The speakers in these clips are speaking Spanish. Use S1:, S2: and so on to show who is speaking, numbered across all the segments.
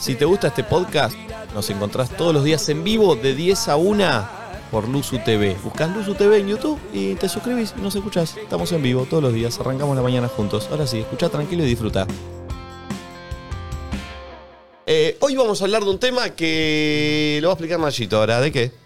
S1: Si te gusta este podcast, nos encontrás todos los días en vivo de 10 a 1 por Luzu TV. Buscás Luzu TV en YouTube y te suscribís y nos escuchás. Estamos en vivo todos los días, arrancamos la mañana juntos. Ahora sí, escucha tranquilo y disfruta. Eh, hoy vamos a hablar de un tema que lo va a explicar Nachito ahora. ¿De qué?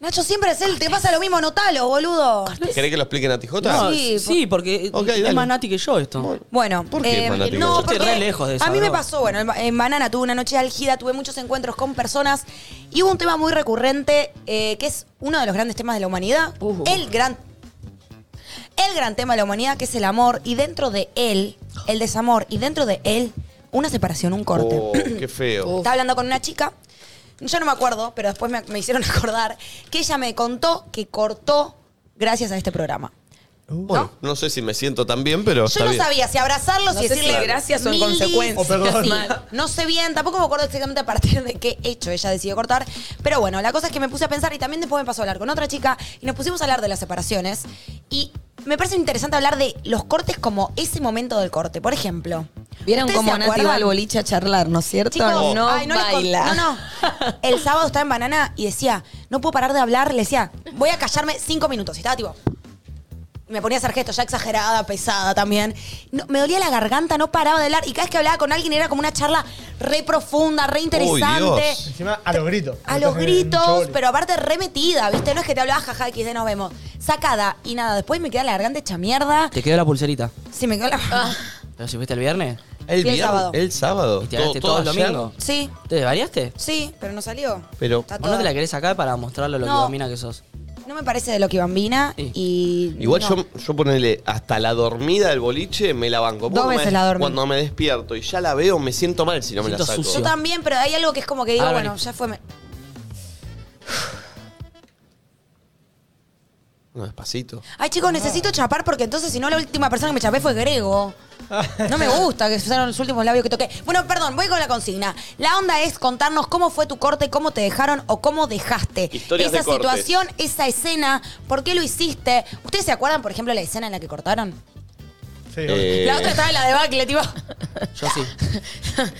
S2: Nacho, siempre es él. Te pasa lo mismo, notalo, boludo.
S1: ¿Querés que lo expliquen a Tijota?
S2: No,
S3: sí,
S2: por-
S3: sí, porque
S1: Ok,
S3: es
S1: dale.
S3: más Nati que yo esto.
S2: Bueno, eh,
S1: ¿Por qué es fanático de
S2: no,
S1: eso?
S3: Yo estoy
S2: porque
S3: re lejos de eso,
S2: A mí me
S3: bro.
S2: pasó, bueno, en- en Banana tuve una noche álgida, tuve muchos encuentros con personas y hubo un tema muy recurrente eh, que es uno de los grandes temas de la humanidad.
S3: Uh.
S2: El gran. El gran tema de la humanidad que es el amor y dentro de él, el desamor y dentro de él, una separación, un corte.
S1: Oh, qué feo.
S2: Estaba hablando con una chica, yo no me acuerdo, pero después me, me hicieron acordar que ella me contó que cortó gracias a este programa.
S1: Bueno, ¿No? sé si me siento tan bien, pero.
S2: Yo
S1: está
S2: no
S1: bien.
S2: sabía si abrazarlos
S3: No
S2: y
S3: sé
S2: decirle
S3: si gracias o en
S2: "Mili",
S3: consecuencias. O perdón.
S2: sí.
S3: Mal.
S2: No sé bien, tampoco me acuerdo exactamente a partir de qué hecho ella decidió cortar. Pero bueno, la cosa es que me puse a pensar y también después me pasó a hablar con otra chica y nos pusimos a hablar de las separaciones. Y me parece interesante hablar de los cortes como ese momento del corte. Por ejemplo,
S4: Vieron
S2: ¿ustedes
S4: cómo
S2: se
S4: Nati
S2: acuerdan?
S4: va al boliche a charlar, ¿no es cierto?
S2: Chicos,
S4: no
S2: ay, no les con-
S4: baila.
S2: No, no. El sábado estaba en banana y decía, no puedo parar de hablar. Le decía, voy a callarme cinco minutos. Y estaba tipo. y Me ponía a hacer gestos ya exagerada, pesada también. No, me dolía la garganta, no paraba de hablar. Y cada vez que hablaba con alguien era como una charla re profunda, re
S1: Uy,
S2: interesante.
S1: Dios.
S5: Encima a los gritos.
S2: a los
S5: Entonces, mucho
S2: gritos,
S5: boli.
S2: pero aparte re metida, ¿viste? No es que te hablaba jaja, XD, nos vemos. Sacada y nada, después me queda la garganta hecha mierda.
S3: Te quedó la pulserita.
S2: Sí, me quedó la.
S3: Ah. Pero si fuiste el viernes,
S1: El,
S2: Sí, el
S1: viernes-
S2: sábado.
S1: El sábado.
S3: y te ganaste todo, el
S1: ayer.
S3: domingo.
S2: Sí,
S3: ¿Te desvariaste?
S2: sí, pero no salió.
S1: Pero-
S2: Está
S3: ¿O no
S2: toda-
S3: te la querés sacar para mostrarle lo
S2: No.
S3: que domina que sos?
S2: No me parece de Loki Bambina
S3: Sí.
S2: y.
S1: Igual
S2: no.
S1: yo, yo ponele hasta la dormida del boliche me la
S2: Dos
S1: banco. Cuando me
S2: veces
S1: des-
S2: la dormí.
S1: Cuando me despierto y ya la veo, me siento mal si no me la
S3: Siento
S1: saco.
S2: Yo
S3: sucio.
S2: también, pero hay algo que es como que digo,
S3: Ah,
S2: bueno,
S3: vení.
S2: ya fue. me-
S1: No, despacito.
S2: Ay, chicos, necesito chapar porque entonces, si no, la última persona que me chapé fue Grego. No me gusta que usaron los últimos labios que toqué. Bueno, perdón, voy con la consigna. La onda es contarnos cómo fue tu corte, cómo te dejaron o cómo dejaste.
S1: Historias
S2: esa
S1: de cortes.
S2: situación, esa escena, ¿por qué lo hiciste? ¿Ustedes se acuerdan, por ejemplo, la escena en la que cortaron?
S5: Sí,
S1: Eh,
S2: La otra estaba en la de Bacle, tipo.
S3: Yo sí.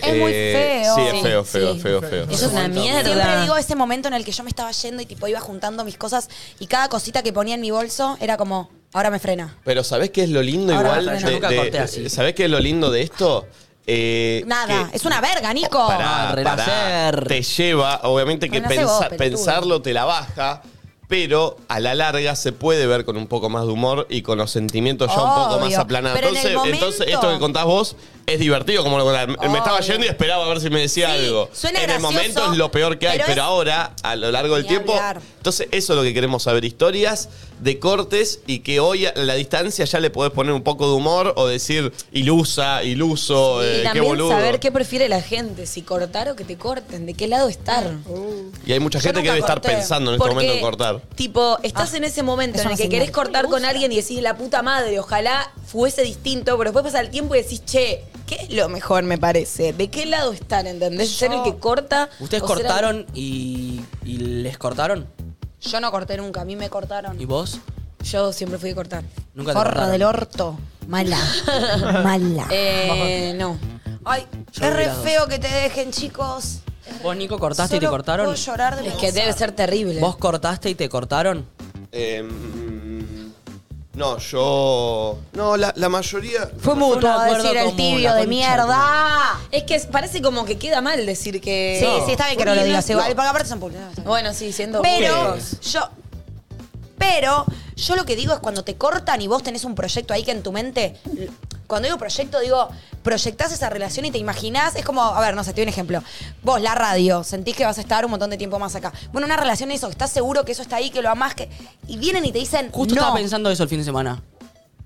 S2: Es muy
S1: eh,
S2: feo.
S1: Sí, es feo,
S4: Sí,
S1: feo,
S4: sí.
S1: feo, feo.
S4: Eso es una
S2: Siempre digo
S4: mierda.
S2: ese momento en el que yo me estaba yendo y tipo iba juntando mis cosas y cada cosita que ponía en mi bolso era como, ahora me frena.
S1: Pero ¿sabés qué es lo lindo
S2: Ahora,
S1: igual?
S2: pero yo
S3: nunca corté así.
S1: ¿Sabés qué es lo lindo de esto? Eh,
S2: Nada,
S1: que-
S2: es una verga, Nico.
S1: Pará,
S3: Ah,
S1: pará.
S3: renacer.
S1: Te lleva, obviamente que
S2: Renace
S1: pensa-
S2: vos, pelotudo.
S1: pensarlo te la baja, pero a la larga se puede ver con un poco más de humor y con los sentimientos ya un poco
S2: Obvio.
S1: más aplanados.
S2: Pero en el
S1: Entonces,
S2: momento-
S1: entonces, esto que contás vos es divertido como lo contás. Me
S2: Obvio.
S1: estaba yendo y esperaba a ver si me decía
S2: Sí,
S1: algo.
S2: suena
S1: en
S2: gracioso,
S1: el momento es lo peor que hay,
S2: pero
S1: pero,
S2: es-
S1: ahora, a lo largo del
S2: Ni
S1: tiempo.
S2: hablar.
S1: Entonces, eso es lo que queremos saber: historias de cortes y que hoy a la distancia ya le podés poner un poco de humor o decir ilusa, iluso, eh,
S4: Y
S1: qué
S4: también
S1: boludo.
S4: saber qué prefiere la gente, si cortar o que te corten, de qué lado estar.
S1: Y hay mucha
S4: Yo
S1: gente que
S4: nunca
S1: debe estar
S4: corté,
S1: pensando en este
S4: porque,
S1: momento en cortar.
S4: Tipo, estás
S2: Ah,
S4: en ese momento
S2: es
S4: en el
S2: una
S4: que
S2: señal.
S4: querés cortar con alguien y decís, la puta madre, ojalá fuese distinto, pero después pasa el tiempo y decís, che, ¿qué es lo mejor me parece? ¿De qué lado están, entendés? ¿Ser el que corta?
S3: ¿Ustedes
S4: o ser el-
S3: cortaron y, y les cortaron?
S2: Yo no corté nunca, a mí me cortaron.
S3: ¿Y vos?
S4: Yo siempre fui a cortar.
S3: Nunca te
S2: Forra
S3: cortaron.
S2: del orto. Mala. Mala.
S4: Eh, no.
S2: Ay,
S3: yo
S2: es re
S3: mirado.
S2: feo que te dejen, chicos.
S3: ¿Vos, Nico, cortaste y te
S2: Solo
S3: cortaron?
S2: Puedo llorar de
S4: Es que debe ser terrible.
S3: ¿Vos cortaste y te cortaron?
S1: Eh, mm, no, yo. No, la, la mayoría.
S2: Fue mutuo,
S3: un
S2: a
S3: acuerdo
S2: decir el
S3: común,
S2: tibio
S3: la
S2: de
S3: concha
S2: mierda.
S4: Es que es- parece como que queda mal decir que.
S2: Sí, sí, está bien que no lo
S4: No,
S2: digas
S4: no.
S2: igual, porque aparte son públicos.
S4: Bueno, sí, siendo.
S2: Pero
S4: públicos.
S2: yo. Pero yo lo que digo es cuando te cortan y vos tenés un proyecto ahí que en tu mente. Cuando digo proyecto, digo, proyectás esa relación y te imaginás. Es como, a ver, no sé, te doy un ejemplo. Vos, la radio, sentís que vas a estar un montón de tiempo más acá. Bueno, una relación es eso, que estás seguro que eso está ahí, que lo amás, que. Y vienen y te dicen.
S3: Justo
S2: no.
S3: estaba pensando eso el fin de semana.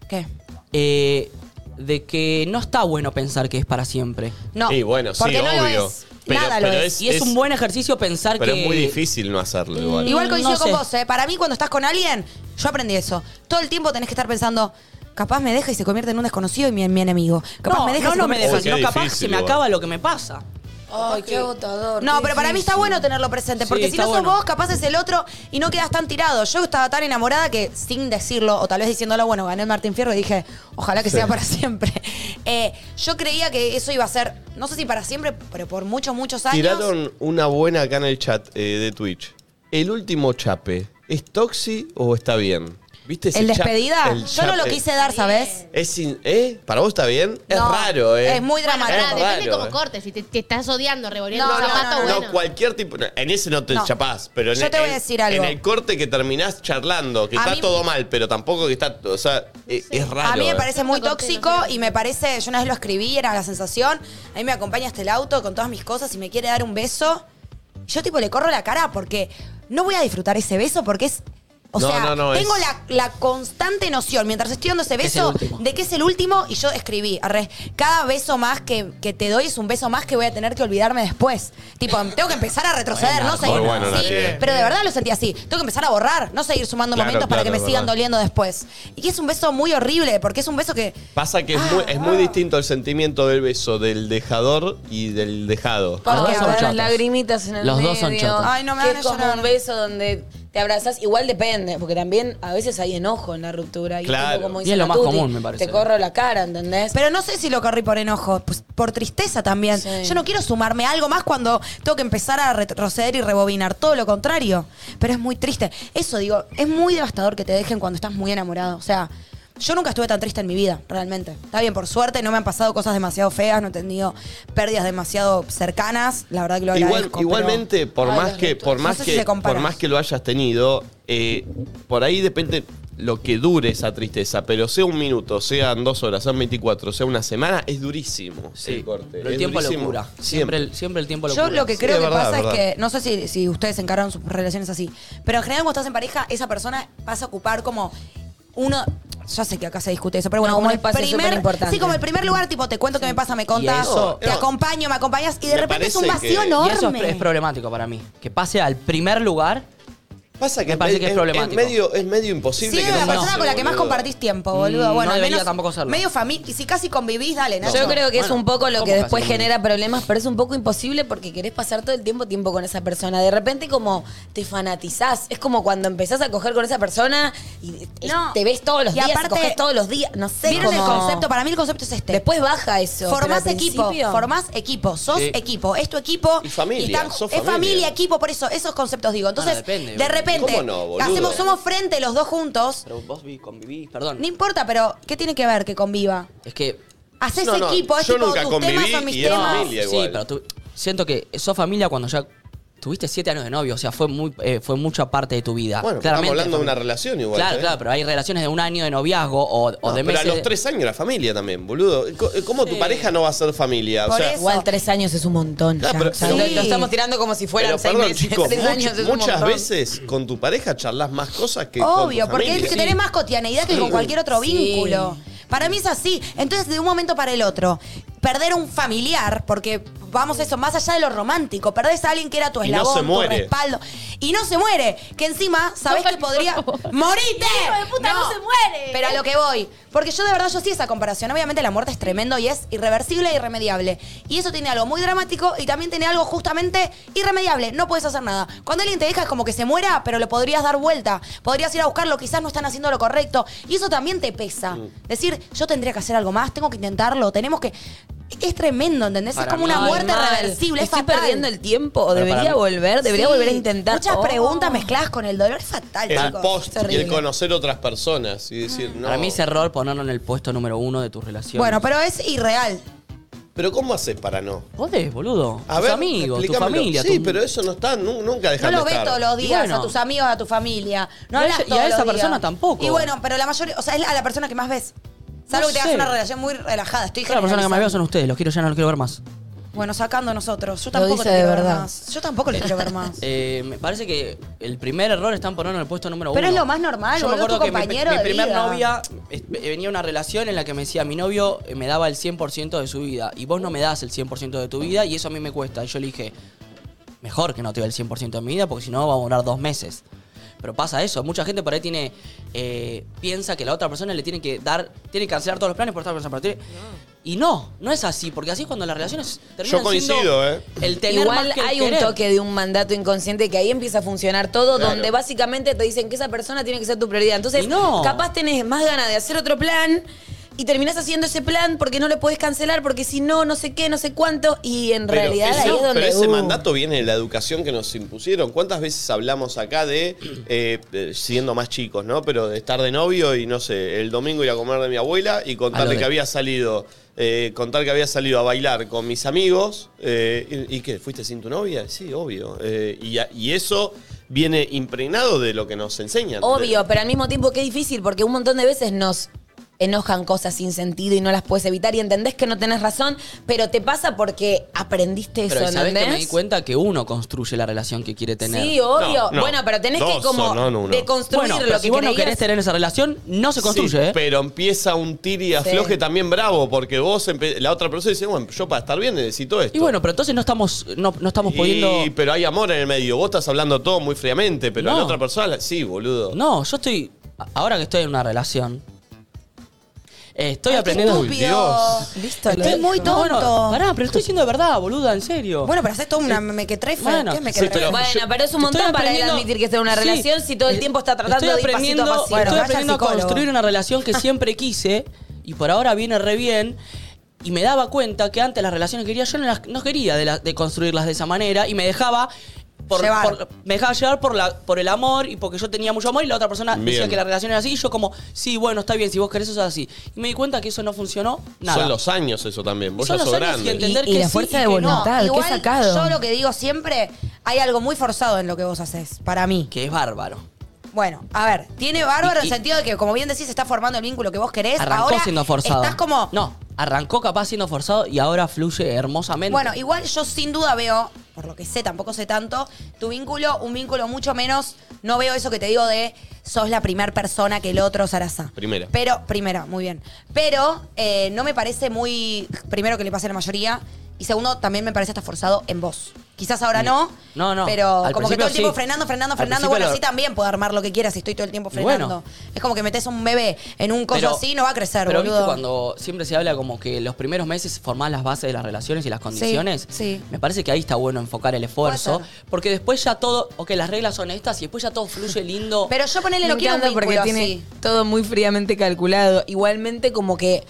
S2: ¿Qué?
S3: Eh, de que no está bueno pensar que es para siempre.
S2: No.
S1: Sí, bueno, sí,
S2: porque no lo
S1: obvio.
S2: es.
S1: Pero-
S2: Nada lo
S1: pero
S2: es.
S1: es-
S3: Y es, un buen ejercicio pensar
S1: Pero
S3: que...
S1: es muy difícil no hacerlo igual.
S3: Mm.
S2: Igual coincido
S3: no
S2: con
S3: sé.
S2: vos, ¿eh? Para mí, cuando estás con alguien, yo aprendí eso. Todo el tiempo tenés que estar pensando, capaz me deja y se convierte en un desconocido y mi, mi enemigo. Capaz
S3: No,
S2: me deja y
S3: no,
S2: se
S3: no me
S2: convierte-
S3: deja,
S1: Uy, qué
S3: sino capaz
S1: difícil,
S3: se me
S1: igual.
S3: acaba lo que me pasa.
S4: Ay, qué agotador.
S2: No,
S4: qué
S2: pero para mí está
S4: difícil.
S2: bueno tenerlo presente,
S3: Sí,
S2: porque si
S3: está
S2: no sos
S3: bueno.
S2: vos, capaz es el otro y no quedas tan tirado. Yo estaba tan enamorada que sin decirlo, o tal vez diciéndolo, bueno, gané el Martín Fierro y dije, ojalá que sea para siempre. Eh, yo creía que eso iba a ser, no sé si para siempre, pero por muchos, muchos años.
S1: Tiraron una buena acá en el chat eh, de Twitch. El último chape, ¿es toxi o está bien? ¿Viste ese
S2: el
S1: chap-
S2: despedida,
S1: el
S2: yo no lo
S1: chape?
S2: quise dar, ¿sabes?
S1: Es sin- ¿Eh? ¿Para vos está bien? Es
S2: No,
S1: raro, ¿eh?
S2: es muy
S1: Bueno,
S2: dramático.
S1: es
S6: Pará, depende
S1: raro,
S6: cómo
S1: eh.
S6: cortes. Si te, te estás odiando, revoleando
S2: No,
S6: un
S2: no,
S6: zapato,
S2: no, no,
S6: bueno.
S1: No, cualquier tipo. En ese no te
S2: No.
S1: chapás, pero en,
S2: Yo te
S1: el-
S2: voy a decir algo.
S1: en el corte que terminás charlando, que
S2: A
S1: está
S2: mí-
S1: todo mal, pero tampoco que está. O sea, es, es raro.
S2: a mí me
S1: eh.
S2: parece muy
S6: Nunca corté,
S2: tóxico
S6: no sé.
S2: y me parece, yo una vez lo escribí, era la sensación, a mí me acompaña hasta el auto con todas mis cosas y me quiere dar un beso. Yo tipo le corro la cara porque no voy a disfrutar ese beso porque es... O
S1: No,
S2: sea,
S1: no, no,
S2: tengo
S1: es-
S2: la, la constante noción mientras estoy dando ese
S3: Que es
S2: beso
S3: el último.
S2: de que es el último y yo escribí, arre, cada beso más que, que te doy es un beso más que voy a tener que olvidarme después. Tipo, tengo que empezar a retroceder,
S3: Buena,
S2: no seguir.
S1: muy bueno,
S2: sí,
S1: Nati.
S2: pero de verdad lo sentí así. Tengo que empezar a borrar, no seguir sumando
S1: Claro,
S2: momentos para
S1: claro,
S2: que me
S1: es
S2: sigan
S1: verdad.
S2: doliendo después. Y que es un beso muy horrible, porque es un beso que.
S1: Pasa que es, muy, es
S2: Ah.
S1: muy distinto el sentimiento del beso del dejador y del dejado.
S3: Los
S4: Porque
S3: dos son
S4: ahora las
S3: chotos.
S4: lagrimitas en el
S3: Los dos son
S4: medio.
S3: chotos.
S2: Ay, no me
S4: Que
S2: hagan
S4: es como
S2: llorar.
S4: un beso donde te abrazas. Igual depende, porque también a veces hay enojo en la ruptura. Y es
S1: Claro.
S4: tipo como
S1: Y
S4: dice
S3: es lo más
S4: Matuti,
S3: común, me parece.
S4: Te corro la cara, ¿entendés?
S2: Pero no sé si lo corrí por enojo, pues, por tristeza también.
S4: Sí.
S2: Yo no quiero sumarme a algo más cuando tengo que empezar a retroceder y rebobinar. Todo lo contrario. Pero es muy triste. Eso digo, es muy devastador que te dejen cuando estás muy enamorado. O sea. Yo nunca estuve tan triste en mi vida, realmente. Está bien, por suerte, no me han pasado cosas demasiado feas, no he tenido pérdidas demasiado cercanas. La verdad que lo
S1: Igual-
S2: agradezco. pero-
S1: igualmente, por
S4: Ay,
S1: más
S4: las
S1: que,
S4: rupturas.
S1: por
S2: No
S1: más
S2: sé si
S1: que,
S2: se compara.
S1: por más que lo hayas tenido, eh, por ahí depende lo que dure esa tristeza, pero sea un minuto, sean dos horas, sean 24, sea una semana, es durísimo el corte.
S3: Pero el
S1: es
S3: tiempo
S1: durísimo.
S3: locura. Siempre, el, siempre el tiempo locura.
S2: Yo lo que
S1: Sí,
S2: creo
S1: es
S2: que
S1: verdad,
S2: pasa
S1: es verdad.
S2: es que, no sé si, si ustedes encargan sus relaciones así, pero en general cuando estás en pareja, esa persona pasa a ocupar como uno... Yo sé que acá se discute eso, pero bueno,
S4: No,
S2: como
S4: un
S2: el
S4: espacio
S2: primer...
S4: superimportante.
S2: Sí, como el primer lugar, tipo, te cuento qué me pasa, me contás,
S3: eso-
S2: te
S1: No.
S2: acompaño, me acompañas, y de
S1: Me
S2: repente es un
S1: parece que-
S2: vacío
S1: Y
S3: Y
S2: enorme.
S3: eso es, es problemático para mí. Que pase al primer lugar.
S1: Pasa que,
S3: Me parece
S1: es,
S3: que es
S1: es
S3: problemático.
S1: medio, es medio imposible
S2: Sí,
S1: que
S2: la
S1: no
S2: persona
S1: pase,
S2: con la que más
S1: boludo. Mm,
S2: compartís tiempo, boludo.
S3: No
S2: Bueno, al
S3: debería
S2: menos
S3: tampoco hacerlo.
S2: medio familia. Y si casi convivís, dale, ¿no?
S4: Yo creo que es
S3: Bueno,
S4: un poco lo
S3: ¿cómo
S4: que
S3: casi
S4: después
S3: lo
S4: genera problemas, pero es un poco imposible porque querés pasar todo el tiempo tiempo con esa persona. De repente como te fanatizás. Es como cuando empezás a coger con esa persona y es-
S2: No.
S4: te ves todos los
S2: Y
S4: días,
S2: aparte-
S4: coges todos los días. No sé,
S2: ¿Vieron el
S4: como-
S2: concepto? Para mí el concepto es este.
S4: Después baja eso.
S2: Formás
S4: pero al
S2: equipo,
S4: principio-
S2: formás equipo, sos
S3: Sí.
S2: equipo, es tu equipo.
S1: Eh, Y familia, sos
S2: es familia,
S1: familia,
S2: equipo, por eso, esos conceptos digo. Entonces,
S3: Ah, depende,
S2: de
S3: boludo.
S2: repente,
S1: ¿Cómo no, boludo?
S2: hacemos, somos frente los dos juntos.
S3: Pero vos vi- convivís, perdón.
S2: No importa, pero ¿qué tiene que ver que conviva?
S3: Es que.
S2: Haces
S1: No, no,
S2: equipo, es
S1: yo
S2: tipo,
S1: nunca
S2: tus
S1: conviví
S2: temas son mis
S1: y es
S2: temas.
S1: familia.
S3: sí,
S1: igual.
S3: pero tú- siento que sos familia cuando ya tuviste siete años de novio. O sea, fue muy eh, fue mucha parte de tu vida.
S1: Bueno, pero estamos
S3: Claramente,
S1: hablando de
S3: familia.
S1: una relación igual.
S3: Claro,
S1: ¿eh?
S3: claro, pero hay relaciones de un año de noviazgo o, o
S1: No,
S3: de
S1: pero
S3: meses.
S1: a los tres años la familia también, boludo. Co- ¿Cómo tu pareja no va a ser familia?
S2: Por
S1: o sea,
S2: eso.
S4: Igual tres años es un montón.
S1: Ah,
S4: ya.
S1: pero-
S4: O sea,
S1: pero-
S4: lo, lo estamos tirando como si fueran
S1: Pero
S4: seis
S1: perdón,
S4: meses.
S1: chicos,
S4: tres
S1: much-
S4: años es un
S1: muchas
S4: montón.
S1: veces con tu pareja charlas más cosas que
S2: Obvio,
S1: con tu
S2: porque
S1: familia.
S2: es que tenés más cotidianeidad que con cualquier otro
S4: Sí.
S2: vínculo. Para mí es así. Entonces, de un momento para el otro, perder un familiar, porque vamos a eso, más allá de lo romántico, perdés a alguien que era tu
S1: Y no
S2: eslabón,
S1: se muere.
S2: tu respaldo. Y no se muere. Que encima, sabés que podría. ¡Morite!
S6: Hijo de puta, no se muere.
S2: Pero a lo que voy. Porque yo de verdad yo hacía esa comparación. Obviamente la muerte es tremendo y es irreversible e irremediable. Y eso tiene algo muy dramático y también tiene algo justamente irremediable. No puedes hacer nada. Cuando alguien te deja es como que se muera, pero lo podrías dar vuelta. Podrías ir a buscarlo, quizás no están haciendo lo correcto. Y eso también te pesa. Decir, yo tendría que hacer algo más, tengo que intentarlo, tenemos que. Es tremendo, ¿entendés?
S3: Para
S2: es como una
S3: mí,
S2: muerte
S4: mal.
S2: reversible.
S4: Estoy
S2: es fatal.
S4: perdiendo el tiempo. ¿O
S1: Pero
S4: debería
S1: para-
S4: volver? ¿Debería
S2: Sí.
S4: volver a intentar?
S2: Muchas
S4: Oh.
S2: preguntas mezcladas con el dolor. Es fatal,
S1: el
S2: chicos.
S1: post y
S4: terrible.
S1: el conocer otras personas y decir, no.
S3: Ah. Para mí es error ponerlo en el puesto número uno de tus relaciones.
S2: Bueno, pero es irreal.
S1: Pero ¿cómo haces para no?
S3: Podés, boludo.
S1: A
S3: tus
S1: ver,
S3: amigos, tu
S1: explícamelo.
S3: familia.
S1: Sí,
S3: tu-
S1: pero eso no está, nu-
S2: No
S1: nunca dejando
S2: lo ves
S1: estar.
S2: todos los
S3: Y
S2: días
S3: bueno.
S2: a tus amigos, a tu familia. No
S3: Y a
S2: hablas
S3: ella- y
S2: todos
S3: a esa
S2: los días.
S3: persona tampoco.
S2: Y bueno, pero la mayoría, o sea, es a la persona que más ves. Salvo
S3: No
S2: que tengas
S3: sé.
S2: una relación muy relajada. Estoy
S3: Todas las personas que más
S2: generalizando.
S3: veo son ustedes. Los quiero ya, no los quiero ver más.
S2: Bueno, sacando nosotros. Yo tampoco
S4: dice
S2: te
S4: de
S2: quiero ver
S4: verdad.
S2: más. Yo tampoco le quiero ver más.
S3: Eh, me parece que el primer error están poniendo en el puesto número
S2: Pero
S3: uno.
S2: es lo más normal,
S3: Yo me
S2: boludo,
S3: acuerdo
S2: tu
S3: que mi-
S2: compañero
S3: mi,
S2: de
S3: primer
S2: vida.
S3: novia es- venía una relación en la que me decía, mi novio eh, me daba el 100% de su vida y vos no me das el 100% de tu vida y eso a mí me cuesta. Y yo le dije, mejor que no te dé el 100% de mi vida porque si no va a durar dos meses. Pero pasa eso, mucha gente por ahí tiene eh, piensa que la otra persona le tiene que dar, tiene que cancelar todos los planes por estar con esa persona. Y Y no, no es así, porque así es cuando las relaciones terminan
S1: Yo coincido,
S3: siendo
S1: ¿eh?
S3: El tener
S4: Igual
S3: más que el
S4: hay un
S3: querer.
S4: toque de un mandato inconsciente que ahí empieza a funcionar todo,
S1: Claro.
S4: donde básicamente te dicen que esa persona tiene que ser tu prioridad. Entonces,
S3: Y no.
S4: capaz tenés más ganas de hacer otro plan y terminás haciendo ese plan porque no le podés cancelar, porque si no, no sé qué, no sé cuánto. Y en
S1: Pero
S4: realidad
S1: eso-
S4: ahí es donde.
S1: pero ese
S4: uh,
S1: mandato viene de la educación que nos impusieron. ¿Cuántas veces hablamos acá de, eh, eh, siendo más chicos, ¿no? Pero de estar de novio y no sé, el domingo ir a comer de mi abuela y
S3: A lo
S1: contarle
S3: de-
S1: que había salido, eh, contar que había salido a bailar con mis amigos. eh, y, y qué? ¿Fuiste sin tu novia? Sí, obvio. Eh, y, a- y eso viene impregnado de lo que nos enseñan.
S4: Obvio, pero al mismo tiempo qué difícil, porque un montón de veces nos enojan cosas sin sentido y no las puedes evitar y entendés que no tenés razón, pero te pasa porque aprendiste
S3: Pero
S4: eso,
S3: sabes
S4: ¿entendés?
S3: que me di cuenta que uno construye la relación que quiere tener.
S4: Sí, obvio.
S1: No, no.
S4: Bueno, pero tenés que
S1: Dos
S4: como
S1: son, no, no, uno.
S4: deconstruir
S3: bueno, pero
S4: lo que
S3: si vos no
S4: creías.
S3: querés tener esa relación, no se construye,
S1: Sí,
S3: ¿eh?
S1: Pero empieza un tiri y afloje también bravo, porque vos, empe- la otra persona dice, bueno, yo para estar bien necesito esto.
S3: Y bueno, pero entonces no estamos, no, no estamos pudiendo.
S1: Y- pero hay amor en el medio. Vos estás hablando todo muy fríamente, pero
S3: No.
S1: a la otra persona, la- sí, boludo.
S3: No, yo estoy. Ahora que estoy en una relación. eh, Estoy aprendiendo.
S1: Uy, Dios.
S4: Listo, lo
S2: Estoy
S4: dijo.
S2: muy
S3: No,
S2: tonto.
S3: no, pará, pero estoy diciendo de verdad, boluda, en serio.
S2: Bueno, pero haces toda una mequetrefe.
S3: Bueno,
S2: ¿Qué es
S1: sí,
S2: mequetrefe?
S1: pero-
S4: Bueno,
S1: Yo-
S4: pero es un montón
S3: Estoy
S4: para él
S3: aprendiendo-
S4: admitir que está en una
S3: Sí.
S4: relación si todo el tiempo está tratando
S3: Estoy
S4: de ir pasito
S3: aprendiendo,
S4: a pasito.
S2: Bueno,
S3: estoy
S2: vaya
S3: aprendiendo a
S2: psicólogo.
S3: construir una relación que siempre quise y por ahora viene re bien. Y me daba cuenta que antes las relaciones que quería yo no, las, no quería de, la- de construirlas de esa manera y me dejaba. Por,
S2: Llevar.
S3: por- me dejaba llevar por, la, por el amor y porque yo tenía mucho amor y la otra persona decía
S1: Bien.
S3: que la relación era así y yo como, sí, bueno, está bien, si vos querés eso es así. Y me di cuenta que eso no funcionó nada.
S1: Son los años eso también. Vos
S3: Son
S1: ya
S3: los
S1: sos
S3: años y
S1: grande.
S3: ente- entender
S4: Y- y
S3: que
S4: la
S3: sí
S4: fuerza
S3: y
S4: de
S3: que no.
S4: voluntad, qué
S2: igual,
S4: sacado.
S2: Yo lo que digo siempre, hay algo muy forzado en lo que vos haces, para mí.
S3: Que es bárbaro.
S2: Bueno, a ver, tiene bárbaro en
S3: Y- y-
S2: el sentido de que, como bien decís, está formando el vínculo que vos querés.
S3: Arrancó
S2: Ahora
S3: siendo forzado.
S2: Estás como.
S3: No, arrancó capaz siendo forzado y ahora fluye hermosamente.
S2: Bueno, igual yo sin duda veo, por lo que sé, tampoco sé tanto, tu vínculo, un vínculo mucho menos. No veo eso que te digo de sos la primera persona que el otro zaraza.
S1: Primera.
S2: Pero, primera, muy bien. Pero eh, no me parece muy. Primero que le pase a la mayoría. Y segundo, también me parece hasta forzado en vos. Quizás ahora no.
S3: Mm. No, no.
S2: Pero
S3: Al
S2: como que todo el
S3: principio
S2: tiempo
S3: sí.
S2: frenando, frenando,
S3: Al
S2: frenando.
S3: principio
S2: Bueno,
S3: lo-
S2: así también puedo armar lo que quieras si estoy todo el tiempo
S3: Y
S2: frenando.
S3: bueno.
S2: Es como que metes un bebé en un coso así, no va a crecer,
S3: pero
S2: boludo.
S3: viste cuando siempre se habla como que los primeros meses formás las bases de las relaciones y las condiciones.
S2: sí.
S3: Me parece que ahí está bueno enfocar el esfuerzo.
S2: Puede ser.
S3: Porque después ya todo, ok, las reglas son estas y después ya todo fluye lindo.
S2: Pero yo ponele
S4: Me
S2: lo quiero un
S4: encanta
S2: vínculo
S4: porque tiene
S2: así.
S4: todo muy fríamente calculado. Igualmente como que,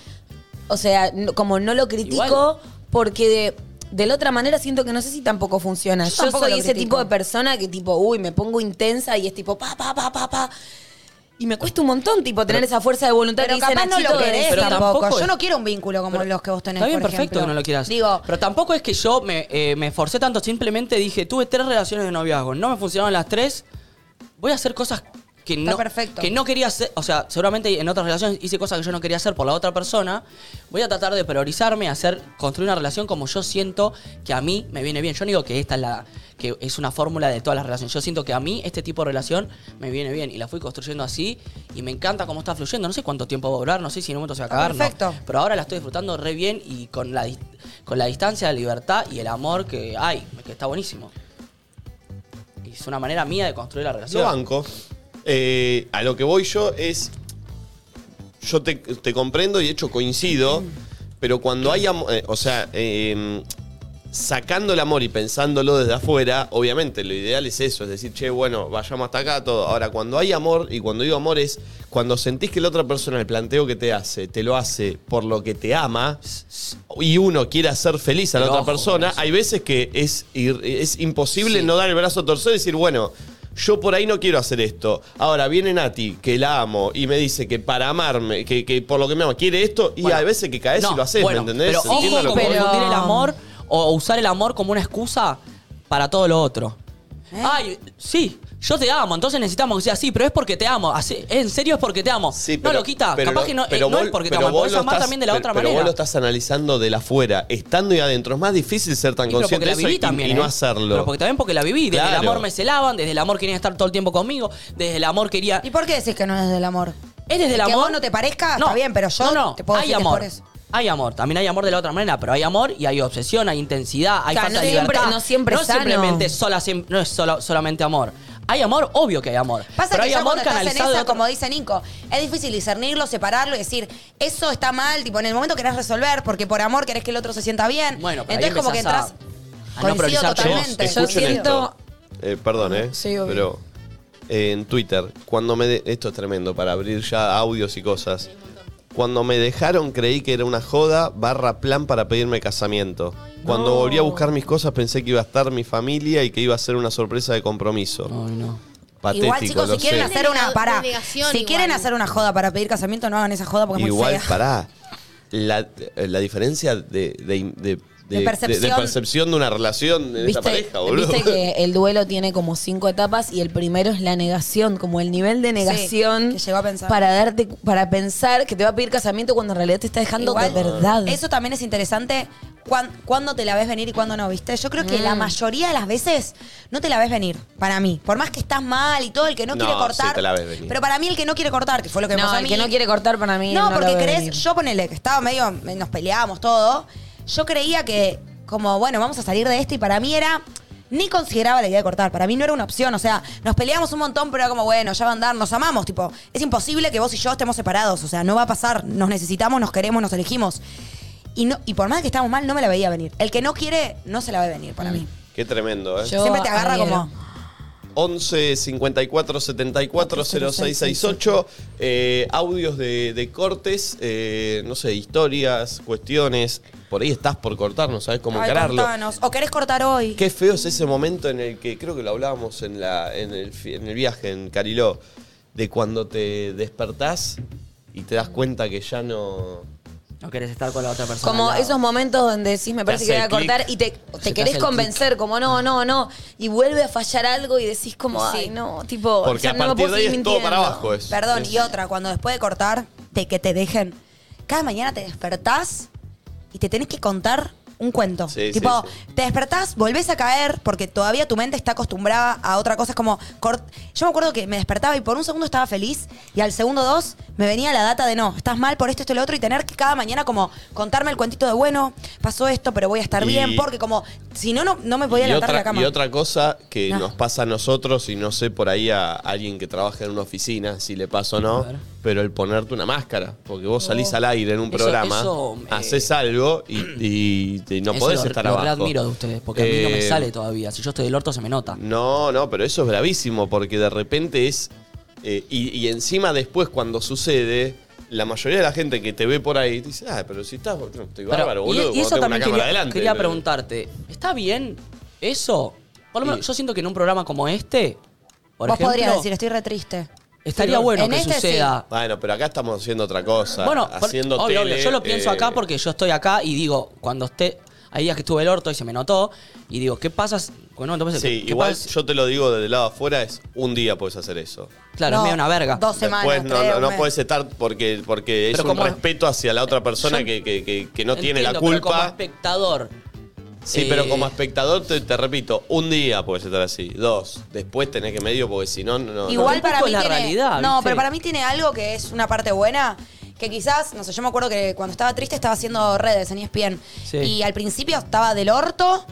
S4: o sea, no- como no lo critico
S3: Igual.
S4: porque de, de la otra manera siento que no sé si tampoco funciona.
S2: Yo
S4: Yo,
S2: tampoco
S4: soy
S2: lo
S4: ese
S2: critico.
S4: tipo de persona que tipo, uy, me pongo intensa y es tipo, pa, pa, pa, pa, pa. Y me cuesta un montón, tipo, tener esa fuerza de voluntad
S2: Pero
S4: que dice
S2: capaz no lo
S4: Nachito de-
S2: querés
S3: pero
S2: tampoco.
S3: tampoco
S2: Yo
S3: es-
S2: no quiero un vínculo como
S3: Pero
S2: los que vos tenés.
S3: Está bien,
S2: por ejemplo.
S3: perfecto que no lo quieras.
S2: Digo,
S3: pero tampoco es que yo me, eh, me esforcé tanto, simplemente dije, tuve tres relaciones de noviazgo, no me funcionaron las tres, voy a hacer cosas que no,
S2: perfecto.
S3: que no quería hacer, o sea, seguramente en otras relaciones hice cosas que yo no quería hacer por la otra persona, voy a tratar de priorizarme, hacer, construir una relación como yo siento que a mí me viene bien. Yo no digo que esta es la que es una fórmula de todas las relaciones, yo siento que a mí este tipo de relación me viene bien y la fui construyendo así y me encanta cómo está fluyendo, no sé cuánto tiempo va a durar, no sé si en un momento se va a acabar, no.
S2: Perfecto.
S3: Pero ahora la estoy disfrutando re bien y con la, dis- con la distancia, la libertad y el amor que hay, que está buenísimo. Y es una manera mía de construir la
S1: Yo
S3: relación.
S1: banco. Eh, a lo que voy yo es. Yo te, te comprendo y de hecho coincido, pero cuando hay amor. o sea, eh, sacando el amor y pensándolo desde afuera, obviamente lo ideal es eso, es decir, che, bueno, vayamos hasta acá, todo. Ahora, cuando hay amor, y cuando digo amor es cuando sentís que la otra persona, el planteo que te hace, te lo hace por lo que te ama, y uno quiere hacer feliz a la
S3: Pero
S1: otra
S3: ojo con
S1: persona,
S3: eso.
S1: hay veces que es, ir- es imposible
S3: Sí.
S1: no dar el brazo a torcer y decir, bueno, yo por ahí no quiero hacer esto. Ahora viene Nati, que la amo, y me dice que para amarme, que, que por lo que me ama, quiere esto, y
S3: Bueno,
S1: hay veces que caes
S3: no,
S1: y lo haces,
S3: bueno,
S1: ¿me entendés?
S3: Pero ojo
S1: Entiendo lo
S3: con
S1: que voy.
S4: pero-
S3: confundir el amor o usar el amor como una excusa para todo lo otro. Ay, sí, yo te amo, entonces necesitamos que sea así, pero es porque te amo. Así, en serio es porque te amo.
S1: Sí,
S3: no lo quita,
S1: pero
S3: capaz
S1: lo-
S3: que no, eh,
S1: pero
S3: no
S1: vos-
S3: es porque te
S1: pero
S3: amo,
S1: vos
S3: podés
S1: lo
S3: amar
S1: estás-
S3: también de la
S1: pero-
S3: otra
S1: pero
S3: manera.
S1: vos lo estás analizando de la afuera. Estando y adentro es más difícil ser tan
S3: Y pero
S1: consciente
S3: porque
S1: de
S3: la
S1: eso
S3: viví
S1: y,
S3: también,
S1: y no
S3: ¿eh?
S1: hacerlo.
S3: Pero porque también porque la viví. Desde el
S1: Claro.
S3: amor me celaban, desde el amor querían estar todo el tiempo conmigo, desde el amor quería.
S2: ¿Y por qué decís que no es del amor?
S3: Es desde el
S2: Que a
S3: amor.
S2: vos no te parezca, está bien, pero yo
S3: No, no,
S2: te puedo
S3: hay
S2: decir que es
S3: amor.
S2: por eso.
S3: Hay amor, también hay amor de la otra manera, pero hay amor y hay obsesión, hay intensidad, hay
S4: O sea,
S3: falta
S4: no
S3: de
S4: siempre-
S3: libertad.
S4: no siempre
S3: no
S4: es sano.
S3: simplemente sola, sim- no es solo- solamente amor. Hay amor, obvio que hay amor.
S2: Pasa
S3: pero
S2: que
S3: hay
S2: ya
S3: amor
S2: cuando estás en
S3: canalizado. de
S2: esa,
S3: otro-
S2: como dice Nico, es difícil discernirlo, separarlo y decir, eso está mal, tipo, en el momento querés resolver, porque por amor querés que el otro se sienta bien.
S3: Bueno, pero ahí
S2: Entonces como que
S3: empezás a-
S2: entras.
S3: a no
S2: Coincido
S3: priorizar
S1: Che,
S2: totalmente.
S1: escuchen
S4: Yo siento-
S1: esto. Eh, perdón, ¿eh?
S4: Sí, obvio.
S1: Pero eh, en Twitter, cuando me... de- Esto es tremendo, para abrir ya audios y cosas. Cuando me dejaron creí que era una joda barra plan para pedirme casamiento. Cuando volví a buscar mis cosas pensé que iba a estar mi familia y que iba a ser una sorpresa de compromiso.
S3: Ay, no.
S1: Patético,
S2: igual, chicos,
S1: lo
S2: si quieren
S1: sé.
S2: hacer una.
S6: Denega-
S2: Pará. Si
S6: denegación
S2: quieren
S6: igual.
S2: hacer una joda para pedir casamiento, no hagan esa joda porque
S1: Igual,
S2: es muy fea.
S1: pará. La, eh, la diferencia de, de- de- de-
S2: percepción.
S1: de percepción de una relación en esta pareja, boludo.
S4: viste que el duelo tiene como cinco etapas y el primero es la negación, como el nivel de negación
S2: que llegó a pensar.
S4: para darte, para pensar que te va a pedir casamiento cuando en realidad te está dejando
S2: Igual,
S4: de verdad.
S2: Eso también es interesante. cuán- ¿Cuándo te la ves venir y cuándo no, viste? Yo creo que la
S4: Mm.
S2: mayoría de las veces no te la ves venir, para mí. Por más que estás mal y todo, el que no,
S1: No,
S2: quiere cortar.
S1: sí, te la ves venir.
S2: Pero para mí el que no quiere cortar, que fue lo que me
S4: no,
S2: pasó a
S4: el
S2: mí.
S4: que no quiere cortar para mí.
S2: No,
S4: lo
S2: porque
S4: veo
S2: crees,
S4: venir.
S2: yo ponele que estaba medio, nos peleábamos todo. Yo creía que, como, bueno, vamos a salir de esto y para mí era. Ni consideraba la idea de cortar, para mí no era una opción, o sea, nos peleábamos un montón, pero era como, bueno, ya va a andar, nos amamos, tipo, es imposible que vos y yo estemos separados, o sea, no va a pasar, nos necesitamos, nos queremos, nos elegimos. Y, no, y por más que estábamos mal, no me la veía venir. El que no quiere, no se la ve venir para mí.
S1: Qué tremendo, ¿eh?
S4: Mm. Yo
S2: Siempre te agarra
S4: adhiero.
S2: como,
S1: 11 54 74 06 68. eh, audios de, de cortes, eh, no sé, historias, cuestiones. Por ahí estás por cortar, no sabes cómo
S2: "Ay,
S1: encararlo.
S2: contanos, o querés cortar hoy.
S1: Qué feo es ese momento en el que creo que lo hablábamos en, la, en, el, fi- en el viaje en Cariló, de cuando te despertás y te das cuenta que ya no.
S3: No querés estar con la otra persona.
S4: Como
S3: al lado.
S4: esos momentos donde decís, me parece que
S1: hace
S4: voy a
S1: el
S4: cortar
S1: clic.
S4: y te,
S3: te
S4: te querés
S3: hace el
S4: convencer, como no, no, no. Y vuelve a fallar algo y decís como,
S2: Sí.
S4: ay, no, tipo,
S1: Porque
S4: ya
S1: a
S4: no me
S1: partir
S4: puedo
S1: de ahí
S4: seguir
S1: es todo para
S4: mintiendo.
S1: abajo. Es,
S2: Perdón,
S1: es-
S2: y otra, cuando después de cortar, de que te dejen, cada mañana te despertás y te tenés que contar un cuento.
S1: Sí, sí,
S2: tipo,
S1: sí.
S2: te despertás, volvés a caer porque todavía tu mente está acostumbrada a otra cosa. Es como, cort- yo me acuerdo que me despertaba y por un segundo estaba feliz y al segundo dos me venía la data de no, estás mal por esto, esto y lo otro y tener que cada mañana como contarme el cuentito de bueno, pasó esto, pero voy a estar
S1: Y-
S2: bien porque como, si no, no, no me podía
S1: y
S2: levantar de
S1: otra,
S2: la cama.
S1: y otra cosa que
S2: No.
S1: nos pasa a nosotros, y no sé por ahí a alguien que trabaja en una oficina si le pasa o no, pero el ponerte una máscara, porque vos salís al aire en un
S3: Oh. Eso-
S1: programa,
S3: eso, eh,
S1: haces algo y, y- y no
S3: Eso
S1: podés
S3: lo-
S1: estar
S3: lo
S1: abajo.
S3: readmiro de ustedes, porque a mí no me
S1: Eh,
S3: sale todavía. Si yo estoy del orto, se me nota.
S1: No, no, pero eso es gravísimo, porque de repente es. eh, y, y encima después, cuando sucede. La mayoría de la gente que te ve por ahí dice, ah, pero si estás, no, estoy
S3: Pará,
S1: bárbaro, boludo.
S3: y, y
S1: cuando
S3: eso
S1: tengo una
S3: también quería,
S1: cámara adelante".
S3: quería preguntarte, ¿está bien eso? Por lo menos,
S1: Y-
S3: yo siento que en un programa como este, por
S2: Vos
S3: ejemplo,
S2: podrías decir, estoy re triste.
S3: estaría bueno
S2: en
S3: que
S2: este sí.
S3: suceda.
S1: Bueno, pero acá estamos haciendo otra cosa.
S3: Bueno, por-
S1: haciendo
S3: obvio, obvio,
S1: tele,
S3: yo lo pienso
S1: eh,
S3: acá porque yo estoy acá y digo, cuando esté, hay días que estuve el orto y se me notó, y digo, ¿qué pasa? si- Bueno, entonces,
S1: Sí,
S3: ¿qué
S1: igual
S3: pasa si-
S1: yo te lo digo desde el lado afuera, es un día puedes hacer eso.
S3: Claro, es
S2: No,
S3: medio una verga.
S2: Dos semanas.
S1: Después no,
S2: tres,
S1: no,
S2: un
S1: no
S2: mes.
S1: puedes estar porque, porque es
S3: Pero
S1: un
S3: como-
S1: respeto hacia la otra persona
S3: Yo
S1: que, que- que- que no tiene la
S3: Entiendo, pero como
S1: culpa.
S3: espectador.
S1: Sí,
S3: eh,
S1: pero como espectador, te, te repito, un día puedes estar así. Dos, después tenés que medio porque si no, no- no.
S2: Igual
S3: no, tampoco
S2: para mí
S3: es la
S2: tiene,
S3: realidad,
S2: No,
S3: ¿viste?
S2: pero para mí tiene algo que es una parte buena. Que quizás, no sé, yo me acuerdo que cuando estaba triste estaba haciendo redes en E ESPN.
S3: Sí.
S2: Y al principio estaba del orto.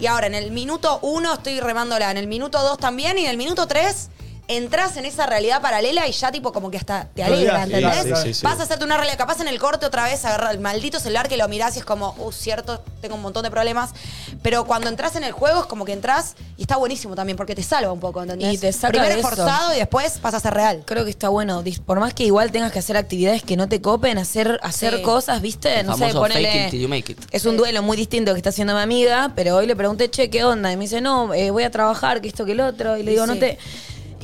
S2: Y ahora en el minuto uno estoy remándola. En el minuto dos también. Y en el minuto tres entras en esa realidad paralela y ya tipo como que hasta te alegra,
S7: Sí,
S2: ¿entendés?
S7: sí, sí, sí.
S2: Vas a hacerte una realidad. Capaz en el corte otra vez agarra el maldito celular que lo mirás y es como, uh, cierto, tengo un montón de problemas. Pero cuando entras en el juego es como que entras y está buenísimo también porque te salva un poco, ¿entendés?
S4: Y te saca
S2: Primero
S4: de
S2: es
S4: eso.
S2: forzado y después pasa a ser real.
S4: Creo que está bueno, dis- por más que igual tengas que hacer actividades que no te copen, hacer, hacer
S2: Sí.
S4: cosas, ¿viste?
S3: El
S4: no sé,
S3: famoso
S4: ponele...
S3: fake it till you make it.
S4: Es un duelo muy distinto que está haciendo mi amiga, pero hoy le pregunté, che, ¿qué onda? Y me dice, no, eh, voy a trabajar, que esto, que el otro. Y le digo, no
S2: sí.
S4: te...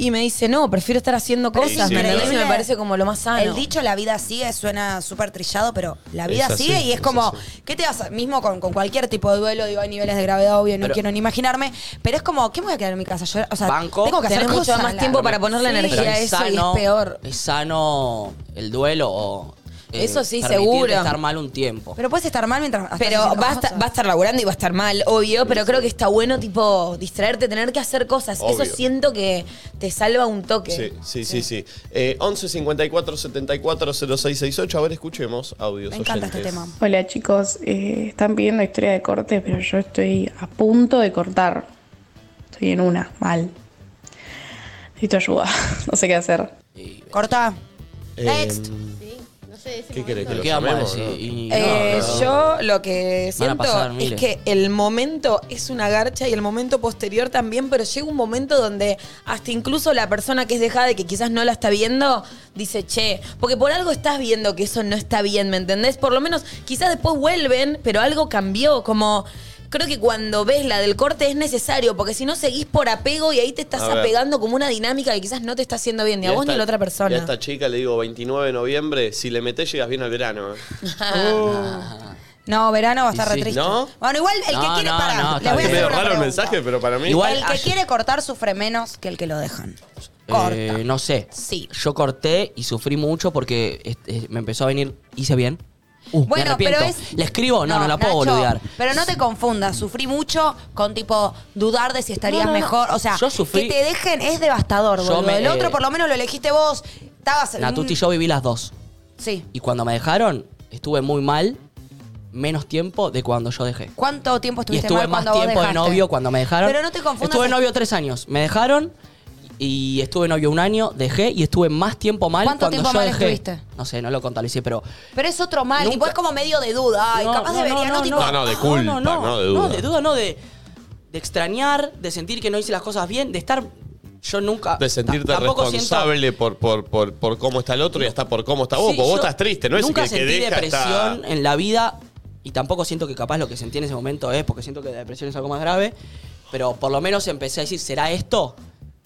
S4: Y me dice, no, prefiero estar haciendo cosas,
S1: sí.
S4: ¿me entendés? Y
S2: Increíble.
S4: me parece como lo más sano.
S2: El dicho la vida sigue suena súper trillado, pero la vida
S1: Es así,
S2: sigue y es,
S1: es
S2: como,
S1: así.
S2: ¿qué te vas a- Mismo con, con cualquier tipo de duelo, digo, hay niveles de gravedad, obvio, no
S3: Pero-
S2: quiero ni imaginarme, pero es como, ¿qué me voy a quedar en mi casa? Yo, o sea,
S3: Banco,
S2: tengo que hacer
S4: Tenés mucho
S2: cosas,
S4: más
S2: la-
S4: tiempo para ponerle
S2: Sí.
S4: energía a
S3: Pero
S4: eso y es peor.
S3: Es sano el duelo o.
S4: Eso sí,
S3: permitirte
S4: seguro.
S3: estar mal un tiempo.
S2: Pero puedes estar mal mientras. estás
S4: Pero
S2: haciendo
S4: va a, estar,
S2: cosas.
S4: va a estar laburando y va a estar mal, obvio, pero creo que está bueno, tipo, distraerte, tener que hacer cosas.
S1: Obvio.
S4: Eso siento que te salva un toque.
S1: Sí, sí, sí, sí. Eh, 11 54 74 06 68. A ver, escuchemos audios
S2: Me encanta este
S1: oyentes.
S2: tema.
S8: Hola chicos, eh, están pidiendo historia de cortes, pero yo estoy a punto de cortar. Estoy en una, mal. necesito ayuda. No sé qué hacer.
S2: Corta.
S1: Eh,
S2: Next.
S6: No sé, de ese
S1: ¿Qué
S6: momento
S1: querés que
S6: no.
S1: lo
S3: ¿Qué vamos a
S1: llamemos?
S3: decir? Y-
S4: Eh,
S1: no, no.
S4: Yo lo que
S3: Van a
S4: siento
S3: pasar
S4: es
S3: miles.
S4: que el momento es una garcha y el momento posterior también, pero llega un momento donde hasta incluso la persona que es dejada y que quizás no la está viendo, dice, che, porque por algo estás viendo que eso no está bien, ¿me entendés? Por lo menos quizás después vuelven, pero algo cambió, como... Creo que cuando ves la del corte es necesario, porque si no seguís por apego y ahí te estás
S1: A ver.
S4: apegando como una dinámica que quizás no te está haciendo bien, ni a
S1: Y
S4: vos ni a
S1: esta-
S4: la otra persona.
S1: Y a esta chica le digo 29 de noviembre, si le metés llegas bien al verano. eh.
S2: No, verano va a estar
S3: Y
S2: re
S3: sí.
S2: triste.
S1: ¿No?
S2: Bueno, igual el que
S3: No,
S2: quiere
S3: no,
S2: parar.
S3: no,
S2: le
S3: está
S2: voy a
S1: Es
S2: hacer
S1: medio
S2: una
S1: raro el
S2: pregunta.
S1: mensaje, pero para mí.
S3: Igual-
S2: El que
S3: Ay.
S2: quiere cortar sufre menos que el que lo dejan. Corta.
S3: Eh, no sé.
S2: Sí.
S3: Yo corté y sufrí mucho porque este, me empezó a venir. Hice bien. Uh, me
S2: Bueno,
S3: arrepiento.
S2: pero es.
S3: ¿La escribo? No, no, la puedo
S2: Nacho,
S3: boludear.
S2: Pero no te confundas, sufrí mucho con tipo dudar de si estarías
S3: No, no, no.
S2: mejor. O sea,
S3: Yo sufrí-
S2: que te dejen es devastador,
S3: Yo
S2: boludo.
S3: me-
S2: El otro por lo menos lo elegiste vos. Estabas.
S3: La Tuti y
S2: mm,
S3: yo viví las dos.
S2: Sí.
S3: Y cuando me dejaron, estuve muy mal. Menos tiempo de cuando yo dejé.
S2: ¿Cuánto tiempo
S3: Y
S2: estuviste
S3: estuve
S2: mal
S3: más
S2: cuando
S3: tiempo
S2: vos
S3: de
S2: dejaste?
S3: novio cuando me dejaron.
S2: Pero no te confundas.
S3: Estuve novio tres años. Me dejaron y estuve novio un año, dejé y estuve más tiempo mal
S2: ¿Cuánto
S3: cuando
S2: tiempo
S3: yo
S2: mal
S3: dejé.
S2: estuviste?
S3: No sé, no lo contalicé, pero.
S2: Pero es otro mal,
S3: Nunca-
S2: tipo es como medio de duda. Ay,
S3: No,
S2: capaz
S3: no,
S2: debería, no, tipo.
S1: No, no, de culpa, no de duda.
S3: No, de duda, no, de, de extrañar, de sentir que no hice las cosas bien, de estar. Yo nunca.
S1: De sentirte
S3: ta- tampoco siento-
S1: responsable por, por, por, por cómo está el otro y hasta por cómo está vos.
S3: Sí,
S1: porque
S3: yo
S1: vos estás triste, ¿no?
S3: Nunca
S1: es que,
S3: sentí
S1: que deja
S3: depresión eh,
S1: está-
S3: en la vida y tampoco siento que capaz lo que sentí en ese momento es, porque siento que la depresión es algo más grave, pero por lo menos empecé a decir, ¿será esto?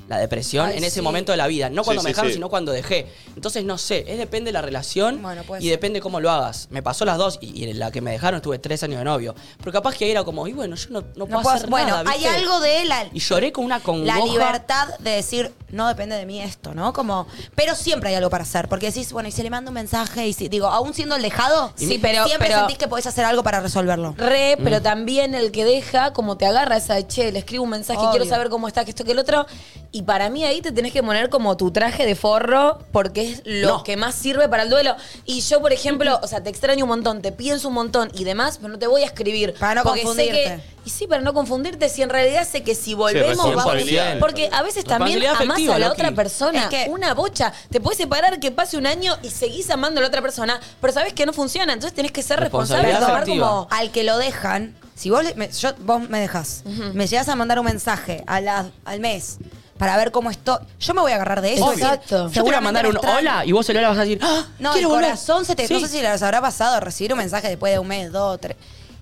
S3: La depresión
S2: Ay,
S3: en ese
S2: sí.
S3: momento de la vida, no cuando
S1: Sí,
S3: me
S1: sí,
S3: dejaron,
S1: sí.
S3: sino cuando dejé. Entonces, no sé, es depende de la relación
S2: Bueno, puede
S3: y
S2: ser.
S3: depende cómo lo hagas. Me pasó las dos y, y en la que me dejaron estuve tres años de novio. Pero capaz que era como, y bueno, yo no, no puedo
S2: puedo-
S3: hacer
S2: bueno,
S3: nada,
S2: hay
S3: ¿viste?
S2: algo de la,
S3: Y lloré con una congoja.
S2: la libertad de decir, no depende de mí esto, ¿no? Como, pero siempre hay algo para hacer, porque decís, bueno, y si le mando un mensaje, y si, digo, aún siendo el dejado,
S4: Sí, pero-
S2: siempre
S4: pero-
S2: sentís que podés hacer algo para resolverlo.
S4: Re, pero también el que deja, como te agarra esa de che, le escribo un mensaje,
S2: Obvio.
S4: quiero saber cómo está, que esto, que el otro. Y para mí ahí te tenés que poner como tu traje de forro, porque es lo
S3: No.
S4: que más sirve para el duelo. Y yo, por ejemplo, o sea, te extraño un montón, te pienso un montón y demás, pero no te voy a escribir.
S2: Para no
S4: porque sé
S2: confundirte.
S4: que- y sí, para no confundirte, si en realidad sé que si volvemos, vamos.
S1: responsabilidad.
S4: Porque a veces también
S3: Responsabilidad
S4: amás
S3: afectiva,
S4: a la
S3: Loki.
S4: otra persona.
S2: Es que-
S4: una bocha. Te puedes separar que pase un año y seguís amando a la otra persona, pero sabes que no funciona. Entonces tenés que ser responsable de
S3: Responsabilidad
S4: tomar como.
S2: Al que lo dejan, si vos, le- me, yo- vos me dejás, me llegás a mandar un mensaje a la- al mes para ver cómo estoy, yo me voy a agarrar de eso.
S3: Obvio.
S2: Exacto.
S3: Yo te voy a mandar un hola y vos el hola vas a decir, ¡Ah,
S2: No, el
S3: quiero volver".
S2: corazón se te. No
S3: Sí.
S2: sé si les habrá pasado recibir un mensaje después de un mes, dos, tres.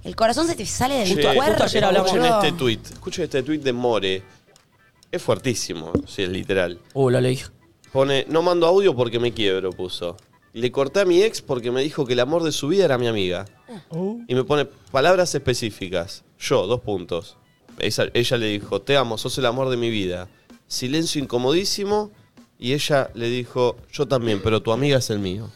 S2: El corazón se te sale del
S1: Che,
S2: cuerpo.
S3: justo ayer hablamos-
S1: Escuchen
S2: boludo.
S1: este tweet. Escuchen este tweet de More. Es fuertísimo, si es literal.
S3: Uh, lo leí.
S1: Pone, no mando audio porque me quiebro, puso. Le corté a mi ex porque me dijo que el amor de su vida era mi amiga.
S6: Uh,
S1: Y me pone palabras específicas. Yo, dos puntos. Esa- ella le dijo, te amo, sos el amor de mi vida. Silencio incomodísimo. Y ella le dijo, yo también, pero tu amiga es el mío.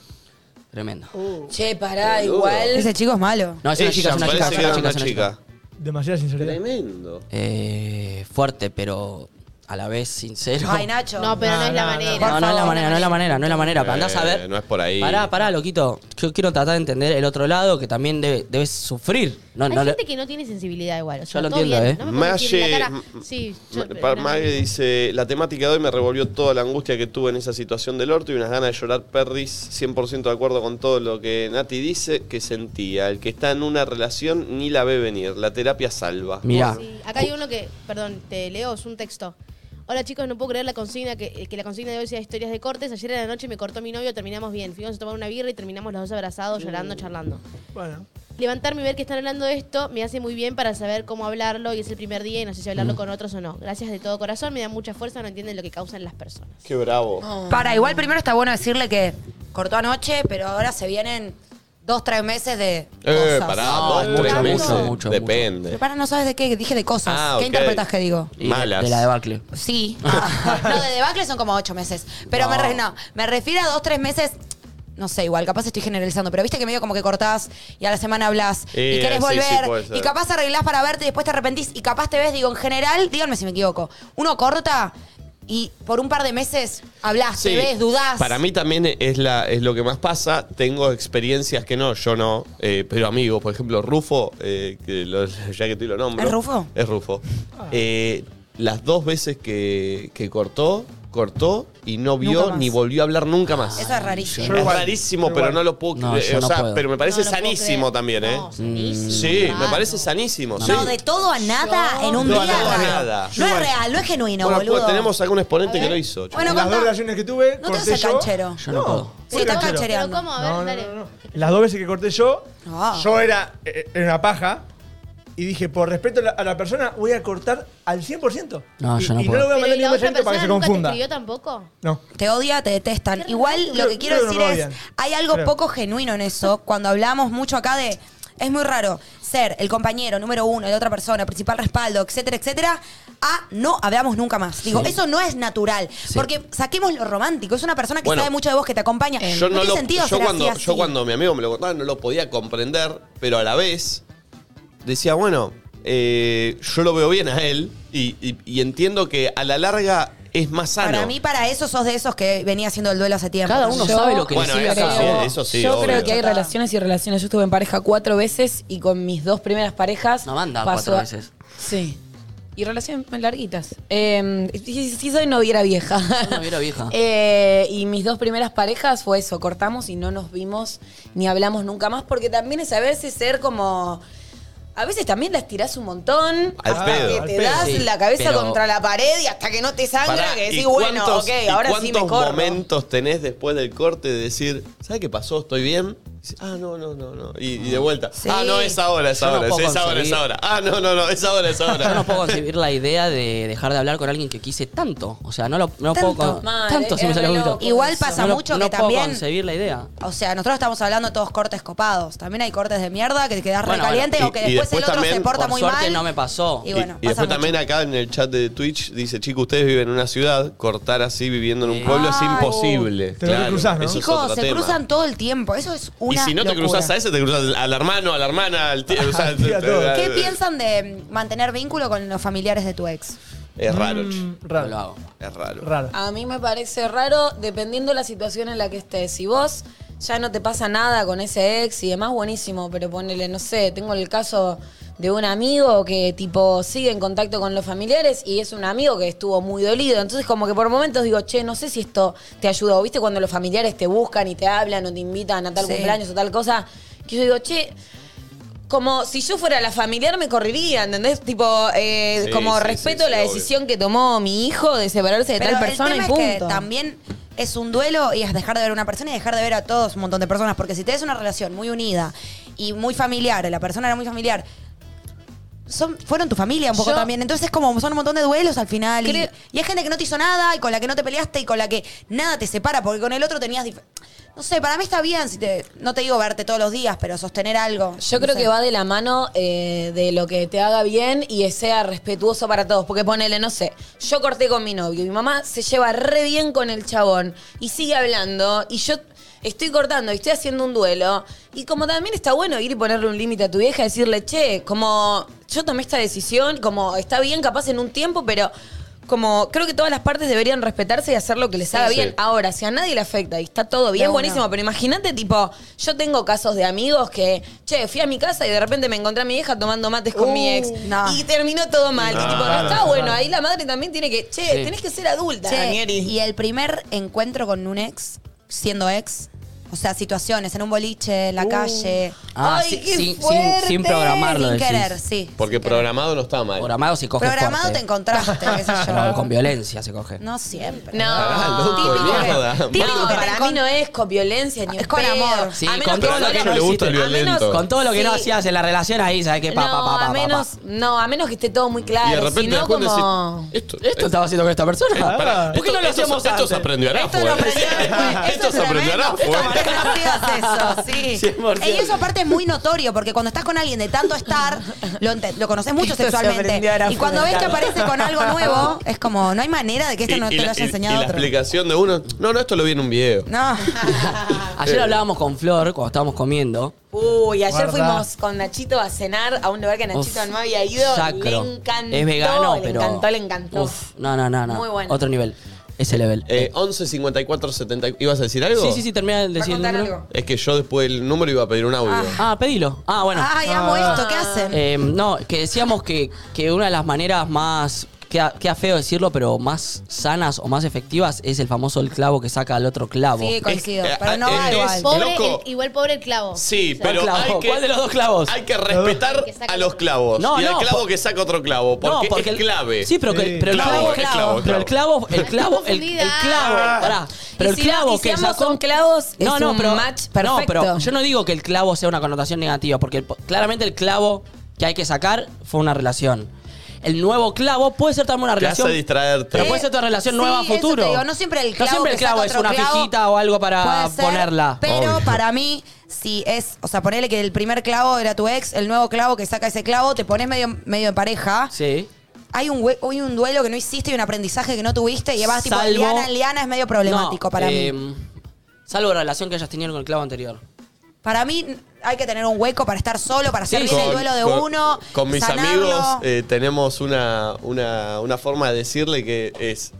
S3: Tremendo.
S4: Che, pará,
S1: Boludo.
S4: igual.
S2: Ese chico es malo.
S3: No, es una
S1: Uh, Ella,
S3: chica, es una
S1: parece
S3: chica,
S1: que
S3: es una
S1: era
S3: chica, es una chica.
S5: Demasiada sinceridad.
S1: Tremendo.
S3: Eh, fuerte, pero a la vez sincero.
S2: Ay, Nacho.
S6: No, pero no, es la manera.
S3: No, no es la
S2: favor,
S3: manera, no es la manera, no es la manera. Pero andás a
S1: Eh,
S3: ver.
S1: no es por ahí.
S3: Pará, pará, loquito. Yo quiero tratar de entender el otro lado que también debe- debes sufrir. No,
S6: Hay
S3: no le-
S6: gente que no tiene sensibilidad igual. O sea,
S3: Yo lo
S6: todo
S3: entiendo,
S6: bien.
S3: ¿eh?
S6: No me puedes decir en la cara.
S1: Maye-
S6: Sí,
S1: Ma-
S6: yo-
S1: pa-
S6: no.
S1: Maye dice, la temática de hoy me revolvió toda la angustia que tuve en esa situación del orto y unas ganas de llorar perris, 100% de acuerdo con todo lo que Nati dice que sentía. El que está en una relación ni la ve venir, la terapia salva.
S3: Mirá.
S6: Sí, acá hay uno que, perdón, te leo, es un texto. Hola chicos, no puedo creer la consigna que, que la consigna de hoy sea historias de cortes. Ayer en la noche me cortó mi novio, terminamos bien. Fuimos a tomar una birra y terminamos los dos abrazados,
S3: Mm.
S6: llorando, charlando.
S5: Bueno.
S6: Levantarme y ver que están hablando de esto me hace muy bien para saber cómo hablarlo y es el primer día y no sé si hablarlo con otros o no. Gracias de todo corazón, me da mucha fuerza, no entienden lo que causan las personas.
S1: Qué bravo.
S2: Para, igual primero está bueno decirle que cortó anoche, pero ahora se vienen dos, tres meses de
S1: Eh,
S2: cosas.
S1: pará,
S3: No,
S1: dos,
S3: mucho,
S1: tres
S3: mucho,
S1: meses.
S3: mucho,
S1: Depende.
S2: Pero para, no sabes de qué, dije de cosas.
S1: Eh. Ah,
S2: ¿Qué
S1: ok.
S2: interpretas que digo?
S3: Y de-
S1: Malas.
S3: De, la debacle.
S2: Sí. Ah, no, de debacle son como ocho meses. Pero Me, re- no, me refiero a dos, tres meses. No sé, igual, capaz estoy generalizando, pero viste que medio como que cortás y a la semana hablas
S1: Eh,
S2: y querés
S1: sí, sí,
S2: volver
S1: puede ser.
S2: y capaz arreglás para verte y después te arrepentís y capaz te ves, digo, en general, díganme si me equivoco, uno corta y por un par de meses hablas,
S1: Sí.
S2: te ves, dudás.
S1: Para mí también es, la, es lo que más pasa. Tengo experiencias que no, yo no. eh, pero amigos, por ejemplo, Rufo, eh, que lo- ya que tú lo nombro.
S2: ¿Es Rufo?
S1: Es Rufo. Eh, las dos veces que, que cortó, cortó y no
S4: Nunca
S1: vio
S4: más.
S1: ni volvió a hablar nunca más.
S2: Eso es rarísimo.
S1: Es rarísimo, pero no lo puedo
S3: No,
S1: creer.
S3: yo
S1: o
S3: no
S1: sea,
S3: puedo. Mm.
S1: pero me parece
S6: No, no puedo
S1: sanísimo
S6: creer.
S1: también, ¿eh?
S6: No, sanísimo,
S1: Sí, me
S6: claro.
S1: parece sanísimo. sí.
S2: No, de todo a nada en un
S1: No,
S2: día.
S1: no,
S2: raro.
S1: nada.
S2: No es real, no es genuino,
S1: Bueno, pues,
S2: boludo.
S1: tenemos algún exponente que lo hizo.
S2: Bueno,
S5: las
S2: contá.
S5: dos relaciones que tuve,
S2: No te
S5: corté
S2: hagas
S5: yo.
S2: canchero.
S3: Yo no puedo.
S2: Sí, está
S5: Pero-
S6: Pero
S2: canchereando.
S6: cómo, a ver,
S5: No, no,
S6: dale.
S5: no, no. Las dos veces que corté yo,
S2: Ah.
S5: yo era eh, era una paja y dije, por respeto a la, a la persona, voy a cortar al 100%.
S3: No,
S5: y,
S3: yo no
S5: y
S3: puedo.
S5: lo voy a
S6: Pero
S5: mandar
S6: ¿y
S5: ningún
S6: la otra
S5: mensaje para que se
S6: persona nunca te
S5: confunda.
S6: escribió tampoco?
S5: No.
S2: Te odia, te detestan. Igual lo que quiero
S5: Creo- creo que
S2: decir
S5: no me
S2: es,
S5: odian.
S2: hay algo
S5: Creo.
S2: poco genuino en eso, cuando hablamos mucho acá de, es muy raro ser el compañero número uno de la otra persona, principal respaldo, etcétera, etcétera, a no hablamos nunca más. Digo, eso no es natural, porque saquemos lo romántico, es una persona que
S1: Bueno,
S2: sabe mucho de vos, que te acompaña.
S1: Yo no
S2: Eh, tiene
S1: lo,
S2: sentido
S1: yo
S2: ser
S1: cuando,
S2: así,
S1: yo
S2: así.
S1: cuando mi amigo me lo contaba no lo podía comprender, pero a la vez decía, bueno, eh, yo lo veo bien a él y, y- y entiendo que a la larga es más sano.
S2: Para mí, para eso sos de esos que venía haciendo el duelo hace tiempo.
S3: Cada uno
S4: Yo-
S3: sabe lo que
S1: Bueno,
S3: le sigue
S1: eso
S3: acá.
S1: sí, eso sí,
S4: yo
S1: obvio.
S4: creo que hay
S2: Total.
S4: relaciones y relaciones. Yo estuve en pareja cuatro veces y con mis dos primeras parejas.
S3: No manda
S4: pasó
S3: cuatro
S4: a-
S3: veces.
S4: Sí. Y relaciones más larguitas. Eh, sí, sí, soy noviera vieja.
S3: noviera vieja.
S4: Eh, y mis dos primeras parejas fue eso, cortamos y no nos vimos ni hablamos nunca más, porque también es a veces ser como. A veces también las tirás un montón.
S1: Al
S4: hasta
S1: pedo.
S4: que
S5: Al
S4: te
S5: pedo.
S4: das
S3: Sí,
S4: la cabeza
S3: pero-
S4: contra la pared y hasta que no te sangra,
S1: Pará,
S4: que
S1: ¿y
S4: decís, bueno,
S1: cuántos-
S4: ok,
S1: y
S4: ahora sí me corro.
S1: ¿Cuántos momentos tenés después del corte de decir, ¿sabes qué pasó? ¿Estoy bien? Y dice, Ah, no, no, no, no. Y, y de vuelta.
S2: Sí.
S1: Ah, no, es ahora, es
S3: Yo no
S1: ahora,
S3: puedo
S1: es, es ahora, es
S3: conseguir.
S1: ahora. Ah, no, no, no, es ahora, es ahora.
S3: Yo no puedo concebir la idea de dejar de hablar con alguien que quise tanto. O sea, no lo no
S2: Tanto.
S3: puedo. con-
S4: Mal, eh,
S3: tanto se me
S4: es
S3: sale
S4: re
S3: el grito.
S4: loco
S2: Igual
S4: eso.
S2: pasa
S3: No lo-
S2: mucho
S3: no
S2: que
S3: puedo
S2: también...
S3: concebir la idea.
S2: O sea, nosotros estamos hablando de todos cortes copados. También hay cortes de mierda que te quedas
S3: Bueno,
S2: recaliente
S1: bueno.
S2: o que
S1: Y- y
S2: después,
S1: después
S2: el otro se
S1: también,
S2: porta
S3: Por
S2: muy
S3: suerte
S2: mal.
S3: no me pasó.
S2: Y bueno,
S1: y después
S2: pasa
S1: también acá en el chat de Twitch dice, chicos, ustedes viven en una ciudad, cortar así viviendo en un
S3: Sí.
S1: pueblo es
S2: Ay,
S1: imposible.
S5: Te lo cruzás, ¿no?
S1: eso es
S2: Chicos,
S1: otro
S2: se
S1: tema.
S2: cruzan todo el tiempo. Eso es una.
S1: y si no te
S2: locura.
S1: cruzas a ese, te cruzas al hermano, a la hermana, al tío. o sea,
S5: Al tío, a todo.
S1: eh,
S2: ¿Qué piensan de mm, mantener vínculo con los familiares de tu ex?
S1: Es raro, che,
S5: Mm,
S3: No lo
S5: raro.
S3: hago.
S1: es raro.
S5: Raro.
S4: A mí me parece raro, dependiendo la situación en la que estés. Si vos ya no te pasa nada con ese ex y demás, buenísimo, pero ponele, no sé, tengo el caso de un amigo que tipo sigue en contacto con los familiares y es un amigo que estuvo muy dolido. Entonces como que por momentos digo, che, no sé si esto te ayudó. ¿Viste cuando los familiares te buscan y te hablan o te invitan a tal
S2: Sí.
S4: cumpleaños o tal cosa? Que yo digo, che, como si yo fuera la familiar me correría, ¿entendés? Tipo, eh,
S1: Sí,
S4: como
S1: sí, sí,
S4: respeto
S1: sí,
S4: la
S1: obvio.
S4: decisión que tomó mi hijo de separarse de
S2: Pero
S4: tal persona
S2: el tema
S4: y punto.
S2: Es que también es un duelo y es dejar de ver a una persona y dejar de ver a todos un montón de personas. Porque si tenés una relación muy unida y muy familiar, la persona era muy familiar. Son, fueron tu familia un poco
S4: Yo-
S2: también. Entonces, como son un montón de duelos al final. y-
S4: Creo-
S2: y, hay gente que no te hizo nada y con la que no te peleaste y con la que nada te separa, porque con el otro tenías. dif- No sé, para mí está bien si te. No te digo verte todos los días, pero sostener algo.
S4: Yo
S2: No
S4: creo
S2: sé.
S4: que va de la mano eh, de lo que te haga bien y sea respetuoso para todos. Porque ponele, no sé, yo corté con mi novio, mi mamá se lleva re bien con el chabón y sigue hablando y yo estoy cortando y estoy haciendo un duelo. Y como también está bueno ir y ponerle un límite a tu vieja, decirle, che, como yo tomé esta decisión, como está bien capaz en un tiempo, pero... Como creo que todas las partes deberían respetarse y hacer lo que les haga
S1: Sí.
S4: bien. Ahora, si a nadie le afecta y está todo
S2: De
S4: bien,
S2: una.
S4: buenísimo, pero imagínate, tipo, yo tengo casos de amigos que, che, fui a mi casa y de repente me encontré a mi vieja tomando mates con mi
S3: Uh,
S4: ex.
S2: no.
S4: Y terminó todo mal. y tipo, no
S5: claro,
S4: está
S5: claro.
S4: bueno. Ahí la madre también tiene que, che,
S3: Sí.
S4: tenés que ser adulta,
S2: Che,
S4: Danieli.
S2: y el primer encuentro con un ex, siendo ex, o sea, situaciones en un boliche,
S1: Uh.
S2: en la calle.
S3: Ah,
S2: Ay,
S3: sí,
S2: qué
S3: sin- sin-
S2: fuerte.
S3: sin programarlo,
S2: Sin
S3: decís.
S2: querer, sí.
S1: Porque
S2: sin querer.
S1: programado no está mal.
S3: Programado si coge
S2: Programado
S3: fuerte.
S2: te encontraste, qué sé
S3: Pero
S2: yo.
S3: con violencia se coge.
S2: No siempre.
S4: No.
S1: Pará,
S2: Ah,
S1: loco,
S2: Típico que-
S1: mierda.
S2: típico
S4: No,
S2: que te
S4: para
S2: encon-
S4: mí no es con violencia ni
S2: Es
S4: en
S2: con
S4: pedo.
S2: amor.
S3: Sí,
S4: A
S3: con
S4: menos
S3: todo
S4: vos
S3: lo que
S4: seas-
S3: no le
S1: gusta el
S4: a menos-
S1: violento.
S3: Con todo lo que no
S4: Sí.
S3: hacías en la relación ahí, ¿sabes qué? Pa, pa,
S4: no,
S3: pa, pa,
S4: a
S3: pa,
S4: menos,
S3: pa.
S4: no, a menos que esté todo muy claro.
S1: Y de repente
S4: si
S1: te
S4: no,
S1: das cuenta y
S4: como...
S1: decís, esto,
S3: ¿Esto estaba haciendo con esta persona?
S1: Eh,
S3: ¿Por
S1: pará,
S3: qué no
S1: esto-
S3: lo
S1: esto-
S3: hacíamos
S1: Esto se
S3: antes?
S1: aprendió
S2: Esto lo aprendió.
S1: Esto se aprendió
S2: Esto es eso, sí.
S3: 100%.
S2: Y eso aparte es muy notorio, porque cuando estás con alguien de tanto estar, lo, ente- lo conoces mucho
S4: Esto se
S2: sexualmente.
S4: aprendió ahora
S2: Y cuando ves que aparece con algo nuevo, es como, no hay manera de que esto no te lo haya enseñado
S1: la
S2: otro.
S1: explicación de uno, no, no, esto lo vi en un video.
S2: No.
S1: eh.
S3: Ayer hablábamos con Flor cuando estábamos comiendo.
S4: Uy, ayer
S5: Guarda.
S4: fuimos con Nachito a cenar a un lugar que Nachito
S3: Uf,
S4: no había ido.
S3: sacro.
S4: Le encantó.
S3: Es vegano,
S4: le
S3: pero.
S4: encantó, le encantó.
S3: Uf, no, no, no, no.
S4: Muy bueno.
S3: Otro nivel. Ese level.
S1: Eh, 11 54 70. ¿Ibas a decir algo?
S3: sí, sí, sí, termina de decir el
S4: contar
S3: número.
S4: algo.
S1: Es que yo después del número iba a pedir un audio.
S3: Ah, pedilo. Ah, bueno. Em,
S2: Ay, amo esto, ¿qué hacen?
S3: Eh, no, que decíamos que, que una de las maneras más queda, queda feo decirlo, pero más sanas o más efectivas es el famoso el clavo que saca al otro clavo.
S2: Sí, coincido.
S1: Es- eh,
S2: pero no
S1: eh,
S2: va
S1: es-
S2: igual.
S6: Pobre
S1: Loco.
S6: el- igual pobre el clavo.
S1: Sí, pero
S3: clavo?
S1: hay que,
S3: ¿Cuál de los dos clavos?
S1: Hay que respetar
S6: que saca
S1: a los clavos.
S3: No,
S1: y al
S3: no,
S1: clavo
S3: por-
S1: que saca otro clavo. Porque, es
S3: el-
S1: clave.
S3: Sí, pero, que-
S5: Sí.
S3: pero el
S1: Clavo,
S3: clavo,
S1: es clavo,
S3: pero el clavo, el clavo, el, el
S6: Confundida.
S3: clavo, pará,
S4: Y
S3: pero el
S4: si-
S3: clavo
S4: y si
S3: que
S4: ambos
S3: sacó-
S4: son clavos, es un match perfecto.
S3: No, pero yo no digo que el clavo sea una connotación negativa, porque el- claramente el clavo que hay que sacar fue una relación. El nuevo clavo puede ser también una
S1: Te
S3: relación.
S1: hace distragerte.
S3: Pero puede ser otra
S2: Eh,
S3: relación
S2: Sí,
S3: nueva a
S2: eso te
S3: futuro.
S2: digo, no siempre el clavo
S3: siempre el
S2: que saca
S3: clavo es
S2: otro
S3: una
S2: clavo.
S3: fijita o algo para
S2: Puede ser,
S3: ponerla.
S2: Pero
S1: Obvio.
S2: para mí, si es, o sea, ponele que el primer clavo era tu ex, el nuevo clavo que saca ese clavo, te pones medio, medio en pareja.
S3: Sí.
S2: Hay un, hue- hay un duelo que no hiciste y un aprendizaje que no tuviste y vas tipo de
S3: Salvo-
S2: liana en liana es medio problemático
S3: No,
S2: para mí.
S1: em,
S3: eh, Salvo la relación que hayas tenido con el clavo anterior.
S2: Para mí hay que tener un hueco para estar solo, para hacer
S3: Sí,
S2: bien el
S1: Con-
S2: duelo de
S1: con-
S2: uno.
S1: Con mis
S2: sanarlo.
S1: amigos eh, tenemos una, una, una forma de decirle que es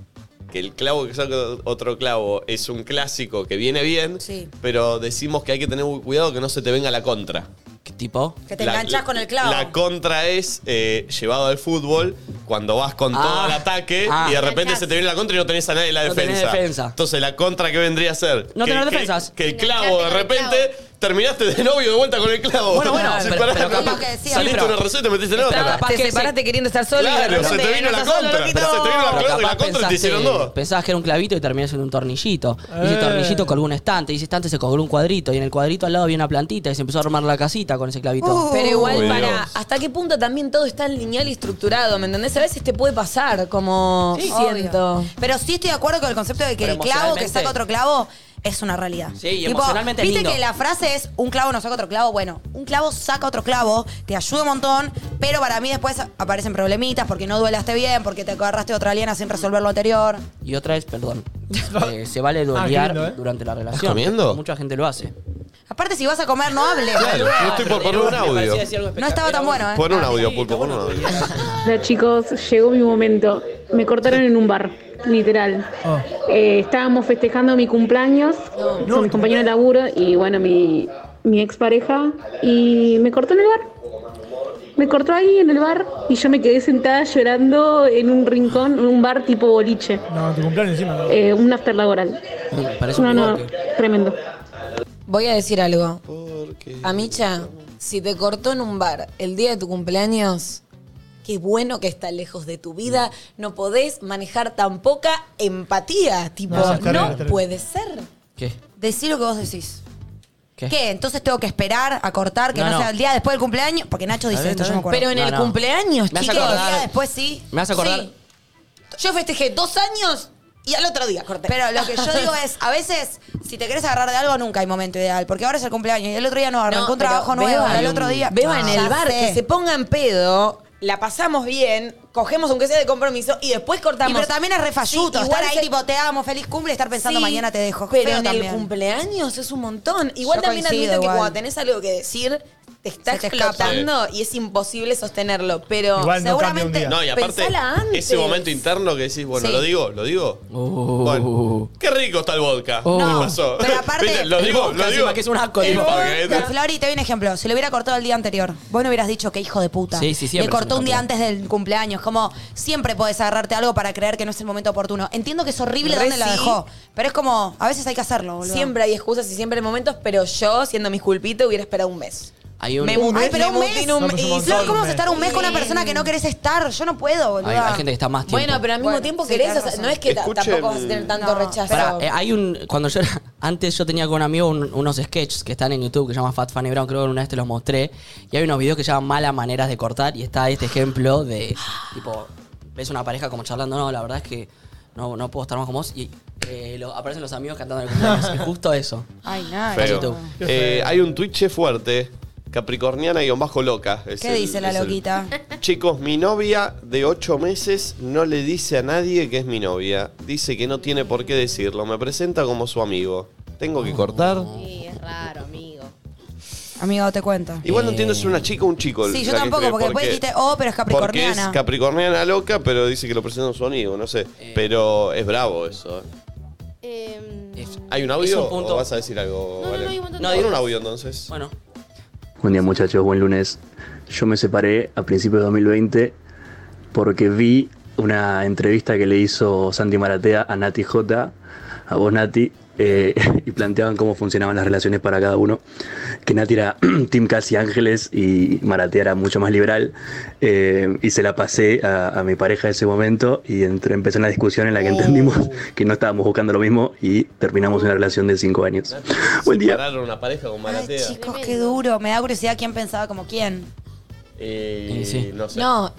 S1: que el clavo que saca otro clavo es un clásico que viene bien,
S2: Sí.
S1: pero decimos que hay que tener cuidado que no se te venga la contra.
S3: ¿Qué tipo?
S2: que te
S1: La-
S2: enganchas con el clavo.
S1: La contra es eh, llevado al fútbol cuando vas con
S3: Ah.
S1: todo al ataque
S3: Ah.
S1: y de repente
S6: Enganchás.
S1: se te viene la contra y no tenés a nadie en la
S3: No tenés
S1: defensa.
S3: defensa.
S1: Entonces, la contra que vendría a ser.
S3: No
S1: que,
S3: tener
S1: que-
S3: defensas.
S1: Que el clavo de
S6: Engancharte con el
S1: repente terminaste de novio de vuelta con el clavo.
S3: Bueno, bueno,
S1: Sí,
S3: pero-
S1: pará,
S3: pero
S1: no,
S2: capaz que sí,
S1: saliste
S3: pero-
S1: una receta y te metiste en otra.
S3: capaz
S4: te
S3: que se-
S4: separaste queriendo estar solo y de
S1: Claro, se
S4: repente
S1: te vino la
S4: no sos solo,
S1: contra.
S4: loquito.
S1: Se te vino la
S3: Pero
S1: contra y la
S3: capaz
S1: contra y te hicieron dos.
S3: pensabas que era un clavito y terminó siendo un tornillito. Y ese
S5: Eh.
S3: tornillito colgó un estante, y ese estante se colgó un cuadrito, y en el cuadrito al lado había una plantita y se empezó a armar la casita con ese clavito.
S2: Uh.
S4: Pero
S1: Uy,
S4: igual, para
S1: Dios.
S4: hasta qué punto también todo es tan lineal y estructurado, ¿me entendés? A veces te puede pasar, como
S2: Obvio.
S4: siento.
S2: Pero sí estoy de acuerdo con el concepto de que
S3: Pero
S2: el clavo que
S3: emocionalmente-
S2: saca otro clavo es una realidad.
S3: Sí, y emocionalmente es
S2: Viste
S3: lindo.
S2: que la frase es un clavo no saca otro clavo. Bueno, un clavo saca otro clavo, te ayuda un montón, pero para mí después aparecen problemitas porque no duelaste bien, porque te agarraste de otra liana sin resolver lo anterior.
S3: Y otra es, perdón, eh, se vale duelear
S5: lindo, ¿eh?
S3: durante la relación.
S1: comiendo?
S3: Mucha gente lo hace.
S2: Aparte, si vas a comer, no hables.
S1: Claro, yo estoy por poner un audio.
S2: No estaba tan bueno, ¿eh?
S1: Pon un audio, Pulpo, pon un audio.
S9: Hola chicos, llegó mi momento. Me cortaron en un bar, literal.
S5: Oh.
S6: Ah.
S9: Eh, estábamos festejando mi cumpleaños con mis compañeros de laburo y bueno, mi, mi expareja y me cortó en el bar. Me cortó ahí en el bar y yo me quedé sentada llorando en un rincón, en un bar tipo boliche,
S5: No, tu cumpleaños encima. ¿no?
S9: eh, un after laboral.
S3: Mm, Parece un
S9: No, no,
S3: bigote.
S9: tremendo.
S4: Voy a decir algo.
S1: Porque-
S4: Amicha, si te cortó en un bar el día de tu cumpleaños, qué bueno que está lejos de tu vida. No podés manejar tan poca empatía. Tipo,
S5: No,
S4: no,
S5: está bien, está bien.
S4: puede ser.
S3: ¿Qué?
S2: Decí lo que vos decís.
S3: ¿Qué?
S2: ¿Qué? Entonces tengo que esperar a cortar, que
S3: No,
S2: no,
S3: no.
S2: sea el día después del cumpleaños. Porque Nacho dice
S3: bien,
S2: esto,
S3: está
S2: yo me
S3: bien.
S2: acuerdo.
S4: Pero en
S3: No,
S4: el
S3: no.
S4: cumpleaños,
S3: Me hace
S4: chicos.
S2: El día
S3: acordar-
S2: después sí.
S3: Me hace acordar.
S4: Sí. Yo festejé dos años y al otro día corté.
S2: Pero lo que yo digo es, a veces, si te querés agarrar de algo, nunca hay momento ideal. Porque ahora es el cumpleaños y el otro día no, arrancó un
S4: pero
S2: trabajo nuevo,
S4: Beba,
S2: el otro día...
S4: Beba en
S2: Ah,
S4: el
S2: ya
S4: bar,
S2: sé.
S4: que se ponga en pedo, la pasamos bien, cogemos aunque sea de compromiso y después cortamos.
S2: Y pero también es refayuto,
S4: Sí,
S2: estar
S4: igual
S2: ahí
S4: se-
S2: tipo, te amo, feliz cumple, y estar pensando
S4: Sí,
S2: mañana te dejo.
S4: Pero
S2: Feo
S4: en el
S2: también.
S4: cumpleaños es un montón. Igual
S2: Yo
S4: también
S2: coincido
S4: admito que
S2: igual.
S4: cuando tenés algo que decir, te está
S2: Se te escapa.
S4: explotando y es imposible sostenerlo. Pero
S5: Igual no
S4: seguramente-
S5: cambia un día.
S1: No, y aparte,
S4: Pensala antes.
S1: ese momento interno que decís, bueno,
S2: Sí.
S1: lo digo, lo digo.
S3: Uh.
S1: Bueno, qué rico está el vodka.
S3: No,
S1: ¿Qué pasó?
S2: pero aparte-
S1: Viste, lo
S3: El
S1: digo,
S3: vodka
S1: lo digo.
S3: encima, que es un asco,
S1: El
S3: digo.
S1: vodka, ¿viste?
S2: Pero, Flori, te doy un ejemplo. Si lo hubiera cortado el día anterior, vos no hubieras dicho que hijo de puta.
S3: Sí, sí, siempre
S2: Le cortó
S3: es un
S2: un día
S3: ejemplo.
S2: antes del cumpleaños. Como siempre podés agarrarte algo para creer que no es el momento oportuno. Entiendo que es horrible
S4: Re
S2: dónde la
S4: sí.
S2: dejó, pero es como, a veces hay que hacerlo, boludo.
S4: Siempre hay excusas y siempre hay momentos, pero yo, siendo mis culpitos, hubiera esperado un mes.
S3: Hay un-
S4: Me mudé,
S2: Ay, pero
S4: me
S2: un
S4: mudé
S2: mes.
S4: en un-
S5: No, pero
S4: y-
S5: es un montón.
S2: Flor, ¿cómo vas a
S5: Mes.
S2: estar un mes con una persona que no querés estar? Yo no puedo, boludo.
S3: Hay, hay gente que está más tiempo.
S4: Bueno, pero al mismo
S2: Bueno,
S4: tiempo
S2: sí,
S4: querés,
S2: tenés
S4: o sea,
S2: razón.
S4: no es que ta-
S1: Escuchen.
S4: tampoco vas a tener tanto
S2: No.
S4: rechazo.
S3: Pará, eh, hay un. Cuando yo era- Antes yo tenía con un amigo un- unos sketches que están en YouTube que se llama Fat Funny Brown, creo que una vez te los mostré. Y hay unos videos que se llaman Malas Maneras de Cortar. Y está este ejemplo de. Tipo, ves una pareja como charlando, no, la verdad es que no, no puedo estar más con vos. Y eh, lo- aparecen los amigos cantando en el cumpleaños. es justo eso.
S2: Ay, nada.
S1: Feo.
S3: YouTube.
S5: Qué
S1: Eh,
S5: feo.
S1: hay un Twitch fuerte, capricorniana y bajo loca. es
S2: ¿Qué
S1: el-
S2: dice la
S1: es el-
S2: loquita?
S1: Chicos, mi novia de 8 meses no le dice a nadie que es mi novia. Dice que no tiene por qué decirlo. Me presenta como su amigo. Tengo
S3: Oh.
S1: que cortar.
S6: Sí, es raro, amigo.
S2: Amigo, te cuento.
S1: Igual no entiendo si es una chica o un chico.
S2: Sí,
S1: la
S2: yo
S1: que
S2: tampoco,
S1: escribe,
S2: porque después dijiste, oh, pero es capricorniana.
S1: Porque es capricorniana loca, pero dice que lo presenta a su amigo, no sé. Pero es bravo eso. ¿eh?
S6: Eh,
S3: Es-
S1: ¿Hay un
S3: Es
S1: audio
S3: un punto.
S1: o vas a decir algo?
S6: No, no,
S1: Valen?
S6: no, hay un montón
S3: de
S1: Pon un
S3: audios.
S1: audio entonces.
S3: Bueno.
S10: Buen día muchachos, buen lunes. Yo me separé a principios de 2020 porque vi una entrevista que le hizo Santi Maratea a Nati J, a vos Nati, eh, y planteaban cómo funcionaban las relaciones para cada uno. Que Nati era Team Casi Ángeles y Maratea era mucho más liberal. eh, y se la pasé a, a mi pareja de ese momento y entre, empezó una discusión en la que
S5: Oh.
S10: entendimos que no estábamos buscando lo mismo y terminamos una relación de cinco años. Buen día.
S1: Separaron una pareja con
S2: Ay,
S1: Maratea.
S2: chicos, qué duro. Me da curiosidad quién pensaba como quién.
S1: Eh,
S3: Y sí.
S1: No sé.
S4: No,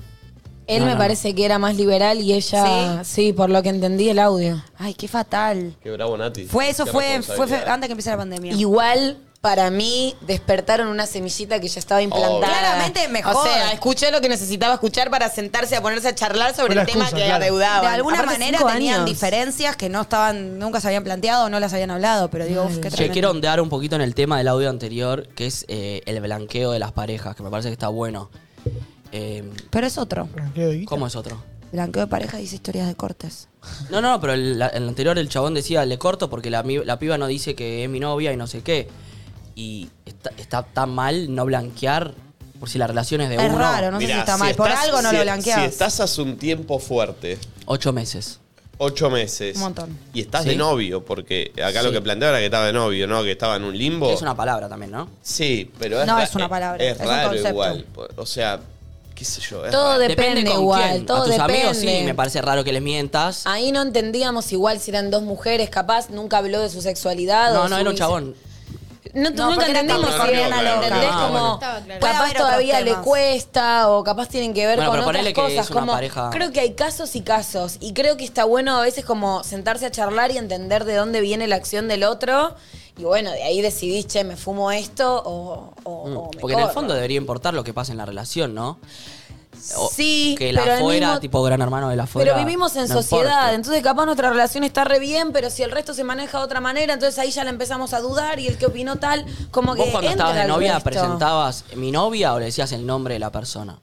S4: él
S3: No,
S4: me
S3: no,
S4: parece que era más liberal y ella, sí, por lo que entendí el audio.
S2: Ay, qué fatal.
S1: Qué bravo, Nati.
S2: Fue eso,
S1: Qué
S2: fue, fue ah, fe-
S1: responsabilidad.
S2: antes que empiece la pandemia.
S4: Igual para mí despertaron una semillita que ya
S3: Oh.
S4: estaba implantada.
S2: Claramente mejor.
S4: O sea, escuché lo que necesitaba escuchar para sentarse a ponerse a charlar sobre
S5: Fue la
S4: el tema
S5: excusa,
S4: que
S5: claro.
S4: adeudaban.
S2: de alguna
S4: Aparte,
S2: manera
S4: cinco
S2: tenían
S4: años.
S2: diferencias que no estaban, nunca se habían planteado, no las habían hablado, pero digo, uf, qué
S3: Che,
S2: tremendo.
S3: quiero ondear un poquito en el tema del audio anterior, que es eh, el blanqueo de las parejas, que me parece que está bueno. Eh,
S2: Pero es otro.
S5: Blanqueo de guita.
S3: ¿Cómo es otro?
S2: Blanqueo de pareja dice historias de cortes.
S3: No, no, pero el, la- el anterior el chabón decía, le corto porque la, mi- la piba no dice que es mi novia y no sé qué. Y está, está tan mal no blanquear por si la relación es de
S2: Es
S3: uno.
S2: raro, no sé
S1: Mirá,
S2: si está mal. Por
S1: estás-
S2: algo no
S1: si-
S2: lo blanqueas.
S1: Si estás hace un tiempo fuerte,
S3: Ocho meses.
S1: ocho meses.
S2: Un montón.
S1: Y estás
S3: Sí.
S1: de novio, porque acá lo
S3: Sí.
S1: que planteaba era que estaba de novio, ¿no? Que estaba en un limbo.
S3: Es una palabra también, ¿no?
S1: Sí, pero es
S2: No
S1: ra-
S2: es una palabra,
S1: Es,
S2: es un
S1: raro
S2: concepto.
S1: igual. O sea, qué sé yo. es
S4: Todo
S1: raro.
S4: depende,
S3: con
S4: igual,
S3: quién.
S4: todo
S3: A tus
S4: depende. Ah,
S3: amigos sí, me parece raro que les mientas.
S4: Ahí no entendíamos igual si eran dos mujeres, capaz nunca habló de su sexualidad. o
S3: No, no,
S4: su
S3: era un
S4: bis-
S3: chabón.
S4: No,
S2: No,
S4: nunca
S2: porque era
S4: entendimos
S1: tan
S4: si era
S1: raro, claro.
S4: ¿entendés?
S3: Ah,
S4: como,
S3: bueno.
S6: Estaba claro.
S2: Puede
S4: capaz
S2: haber otros
S4: todavía le
S2: temas.
S4: cuesta o capaz tienen que ver
S3: Bueno,
S4: con
S3: pero
S4: otras
S3: ponele que
S4: cosas.
S3: es una
S4: como,
S3: pareja-
S4: Creo que hay casos y casos y creo que está bueno a veces como sentarse a charlar y entender de dónde viene la acción del otro y bueno, de ahí decidís, che, me fumo esto o, o-
S3: Mm,
S4: o Oh, me
S3: Porque en el
S4: corro.
S3: fondo debería importar lo que pasa en la relación, ¿no? O
S4: Sí,
S3: Que la
S4: pero al
S3: afuera,
S4: mismo-
S3: tipo gran hermano de la afuera.
S4: Pero vivimos en
S3: no
S4: sociedad,
S3: importa.
S4: entonces capaz nuestra relación está re bien, pero si el resto se maneja de otra manera, entonces ahí ya la empezamos a dudar y el que opinó tal, como que
S3: ¿Vos
S4: entra
S3: cuando estabas de
S4: al
S3: novia
S4: resto.
S3: presentabas mi novia o le decías el nombre de la persona?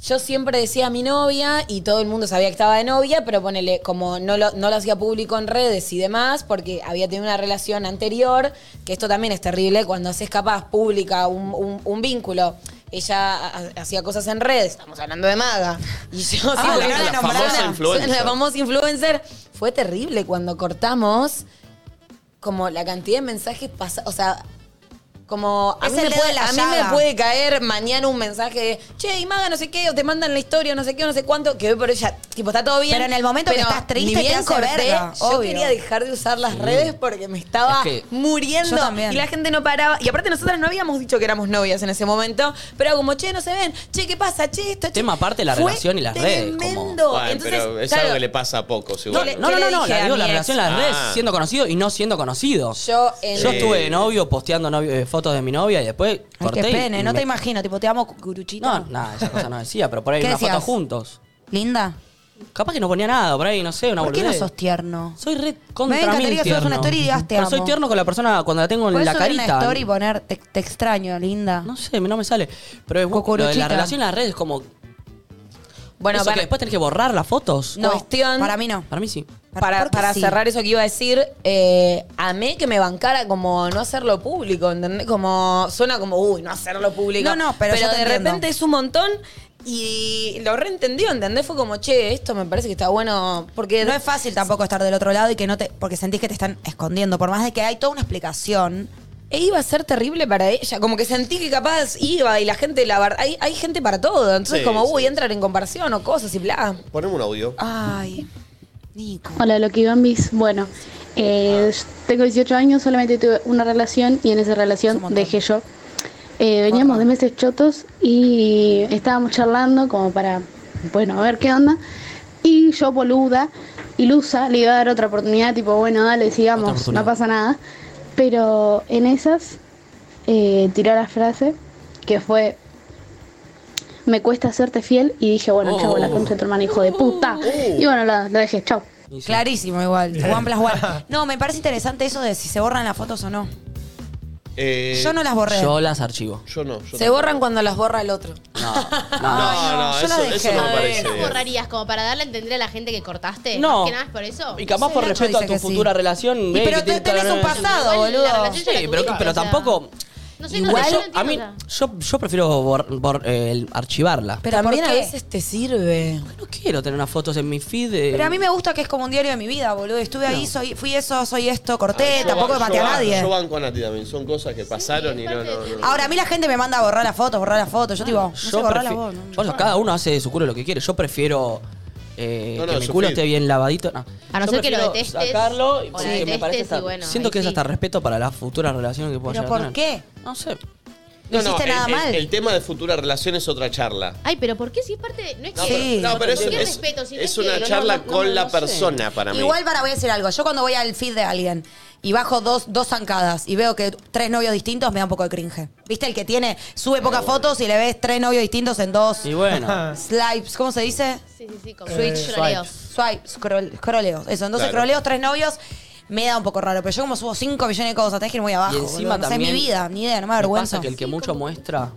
S4: Yo siempre decía mi novia y todo el mundo sabía que estaba de novia, pero ponele, como no lo, no lo hacía público en redes y demás, porque había tenido una relación anterior, que esto también es terrible, cuando haces capaz pública un, un- un vínculo. Ella ha- hacía cosas en redes, estamos hablando de Maga. Y yo
S2: Ah,
S4: siempre-
S2: la- la famosa
S4: Soy
S1: influencer.
S4: La famosa influencer. Fue terrible cuando cortamos, como la cantidad de mensajes pasados, o sea, como a,
S2: Es
S4: mí
S2: el
S4: me,
S2: dedo
S4: puede,
S2: en la
S4: a mí me
S2: llaga.
S4: puede caer mañana un mensaje de, che, y maga no sé qué, o te mandan la historia, no sé qué, no sé cuánto, que hoy por ella, tipo, está todo bien.
S2: Pero en el momento que estás triste
S4: ni
S2: te
S4: bien
S2: hace
S4: corté,
S2: verga,
S4: yo
S2: obvio.
S4: quería dejar de usar las redes porque me estaba
S3: Es que
S4: muriendo.
S2: yo también.
S4: Y la gente no paraba. Y aparte nosotras no habíamos dicho que éramos novias en ese momento, pero era como, che, no se ven, che, ¿qué pasa? Che, esto, che.
S3: Tema aparte, la
S4: Fue
S3: relación y las redes, como-
S4: Tremendo.
S1: Bueno,
S4: Entonces,
S1: pero es
S4: claro,
S1: algo que le pasa a pocos
S4: No,
S1: igual.
S4: le-
S3: No,
S4: ¿Qué
S3: no, no, no,
S4: dije
S3: la
S4: a
S3: digo la
S4: mi ex?
S3: relación en las redes,
S1: Ah.
S3: siendo conocido y no siendo conocido.
S4: yo en-
S3: Yo estuve de novio posteando novio- eh, fotos de mi novia y después
S2: Ay,
S3: corté.
S2: qué
S3: y-
S2: pene,
S3: y
S2: no
S3: me-
S2: te imagino, tipo, te amo, guruchito.
S3: No, nada, esa cosa no decía, pero por ahí
S2: ¿Qué
S3: una foto
S2: decías?
S3: juntos.
S2: ¿Linda?
S3: Capaz que no ponía nada, por ahí, no sé, una
S2: ¿Por qué no
S3: boludez.
S2: sos tierno?
S3: Soy re
S2: Me
S3: contra mil
S2: encantaría que subas
S3: tierno.
S2: una story y digas, te
S3: Pero soy
S2: amo.
S3: tierno con la persona cuando la tengo en
S2: Puedes
S3: la
S2: subir
S3: carita.
S2: una story y poner, te, te extraño, linda.
S3: No sé, no me sale. Pero es lo de la
S2: Cocoruchita.
S3: relación en las redes como...
S4: bueno,
S3: eso
S4: para-
S3: que después tenés que borrar las fotos.
S4: No. cuestión-
S2: para mí no.
S3: Para mí sí.
S4: Para,
S2: ¿Por qué
S4: para
S2: sí?
S4: cerrar eso que iba a decir, eh, amé que me bancara como no hacerlo público, ¿entendés? Como suena como, uy, no hacerlo público.
S2: No, no, pero yo te
S4: de
S2: entiendo.
S4: repente es un montón y lo reentendió, ¿entendés? Fue como, che, esto me parece que está bueno porque...
S2: No es fácil tampoco estar del otro lado y que no te. Porque sentís que te están escondiendo. Por más de que hay toda una explicación.
S4: E iba a ser terrible para ella, como que sentí que capaz iba y la gente la... bar- Hay, hay gente para todo, entonces
S1: Sí,
S4: como, uy,
S1: sí.
S4: entran en comparación o cosas y bla.
S1: Poneme un audio.
S2: Ay. Nico.
S9: Hola, Loki Bambis. Bueno, eh,
S2: Ah.
S9: tengo 18 años, solamente tuve una relación y en esa
S2: Es un
S9: relación
S2: montón.
S9: dejé yo. Eh, veníamos de meses chotos y estábamos charlando como para, bueno, a ver qué onda. Y yo, boluda, ilusa, le iba a dar otra oportunidad, tipo, bueno, dale,
S3: Otra
S9: sigamos,
S3: oportunidad.
S9: no pasa nada. Pero en esas eh, tiró la frase que fue, me cuesta hacerte fiel y dije, bueno,
S3: Oh.
S9: chavo, la concha de tu hermana, hijo de puta.
S2: Oh.
S9: Y bueno, la, la dejé, chao.
S3: Y sí.
S2: Clarísimo, igual. One plus one. No, me parece interesante eso de si se borran las fotos o no.
S1: Eh,
S2: Yo no las borré.
S3: Yo las archivo.
S1: Yo no. yo
S4: Se
S1: no.
S4: borran cuando las borra el otro.
S3: No,
S1: No,
S3: no.
S1: no,
S2: no, yo la
S1: eso,
S2: dejé.
S1: eso no
S2: A
S1: me
S2: ver,
S1: parece.
S6: ¿No
S1: bien.
S6: borrarías como para darle a entender a la gente que cortaste?
S3: No.
S6: ¿Más que nada es por eso?
S3: Y capaz
S2: Sí,
S3: por
S2: Nacho
S3: respeto a
S2: dice
S3: tu
S2: que sí.
S3: futura relación.
S2: Y
S3: ve
S2: pero
S3: que
S2: te-
S3: tiene-
S2: tenés un pasado,
S6: Igual la
S2: boludo.
S6: relación
S3: Sí,
S6: ya la
S3: pero,
S6: tuviste,
S3: pero
S6: o sea.
S3: tampoco.
S6: No sé,
S4: Igual-
S6: no sé, yo no
S4: Yo-
S6: entiendo
S3: A mí,
S6: ya.
S3: yo, yo prefiero bor- bor- eh, el- archivarla.
S4: Pero
S2: También
S4: también a
S2: a
S4: veces te sirve.
S3: No quiero tener unas fotos en mi feed. eh.
S2: Pero a mí me gusta que es como un diario de mi vida, boludo. Estuve ahí, soy, fui eso, soy esto, corté,
S1: Yo
S2: tampoco
S1: ban-
S2: maté
S1: yo
S2: a
S1: ban-
S2: nadie.
S1: Yo banco a Nati también. Son cosas que pasaron y no, no, no.
S2: Ahora, a mí la gente me manda a borrar la foto, borrar la foto. Yo, tipo, no sé,
S3: Yo
S2: borrar la
S3: prefi-
S2: foto.
S3: Bueno, cada uno hace de su culo lo que quiere. Yo prefiero eh,
S1: No, no,
S3: que mi
S1: su
S3: culo
S1: feed.
S3: esté bien lavadito. No.
S6: A no
S3: Yo
S6: ser que lo
S3: prefiero
S6: detestes,
S3: Sacarlo y
S6: o la
S3: sí, que me
S6: detestes
S3: parece
S6: y
S3: hasta-
S6: bueno,
S3: Siento
S6: ahí
S3: que es
S6: sí.
S3: hasta respeto para las futuras relaciones que pueda
S2: ¿Pero
S3: llegar a
S2: por
S3: tener.
S2: qué?
S3: No sé.
S2: No hiciste
S1: el-
S2: nada
S1: el,
S2: mal.
S1: El tema de futura relación es otra charla.
S6: Ay, pero ¿por qué si es parte de.? No es
S1: No,
S6: que.
S2: Sí.
S1: pero, no, pero
S6: ¿Por
S1: eso
S6: qué
S1: es,
S6: respeto? Si no
S1: es
S6: que-
S1: una
S6: no, no,
S1: charla
S6: no, no,
S1: con
S6: no,
S1: la
S6: no sé.
S1: persona para mí.
S2: Igual para voy a decir algo. Yo cuando voy al feed de alguien y bajo dos, dos zancadas y veo que tres novios distintos me da un poco de cringe. ¿Viste el que tiene, sube pocas fotos y le ves tres novios distintos en dos
S3: Y bueno.
S2: slipes? ¿Cómo se dice?
S6: Sí, sí, sí, como
S2: Switch.
S6: troleos.
S2: Swipe, scroll, scrolleos. Eso, entonces
S1: Claro.
S2: scrolleos, tres novios. Me da un poco raro, pero yo como subo 5 millones de cosas, tenés que ir muy abajo.
S3: Y encima
S2: boludo. No sé,
S3: también.
S2: mi vida, ni idea, no me
S3: me
S2: avergüenza.
S3: Pasa que el que mucho muestra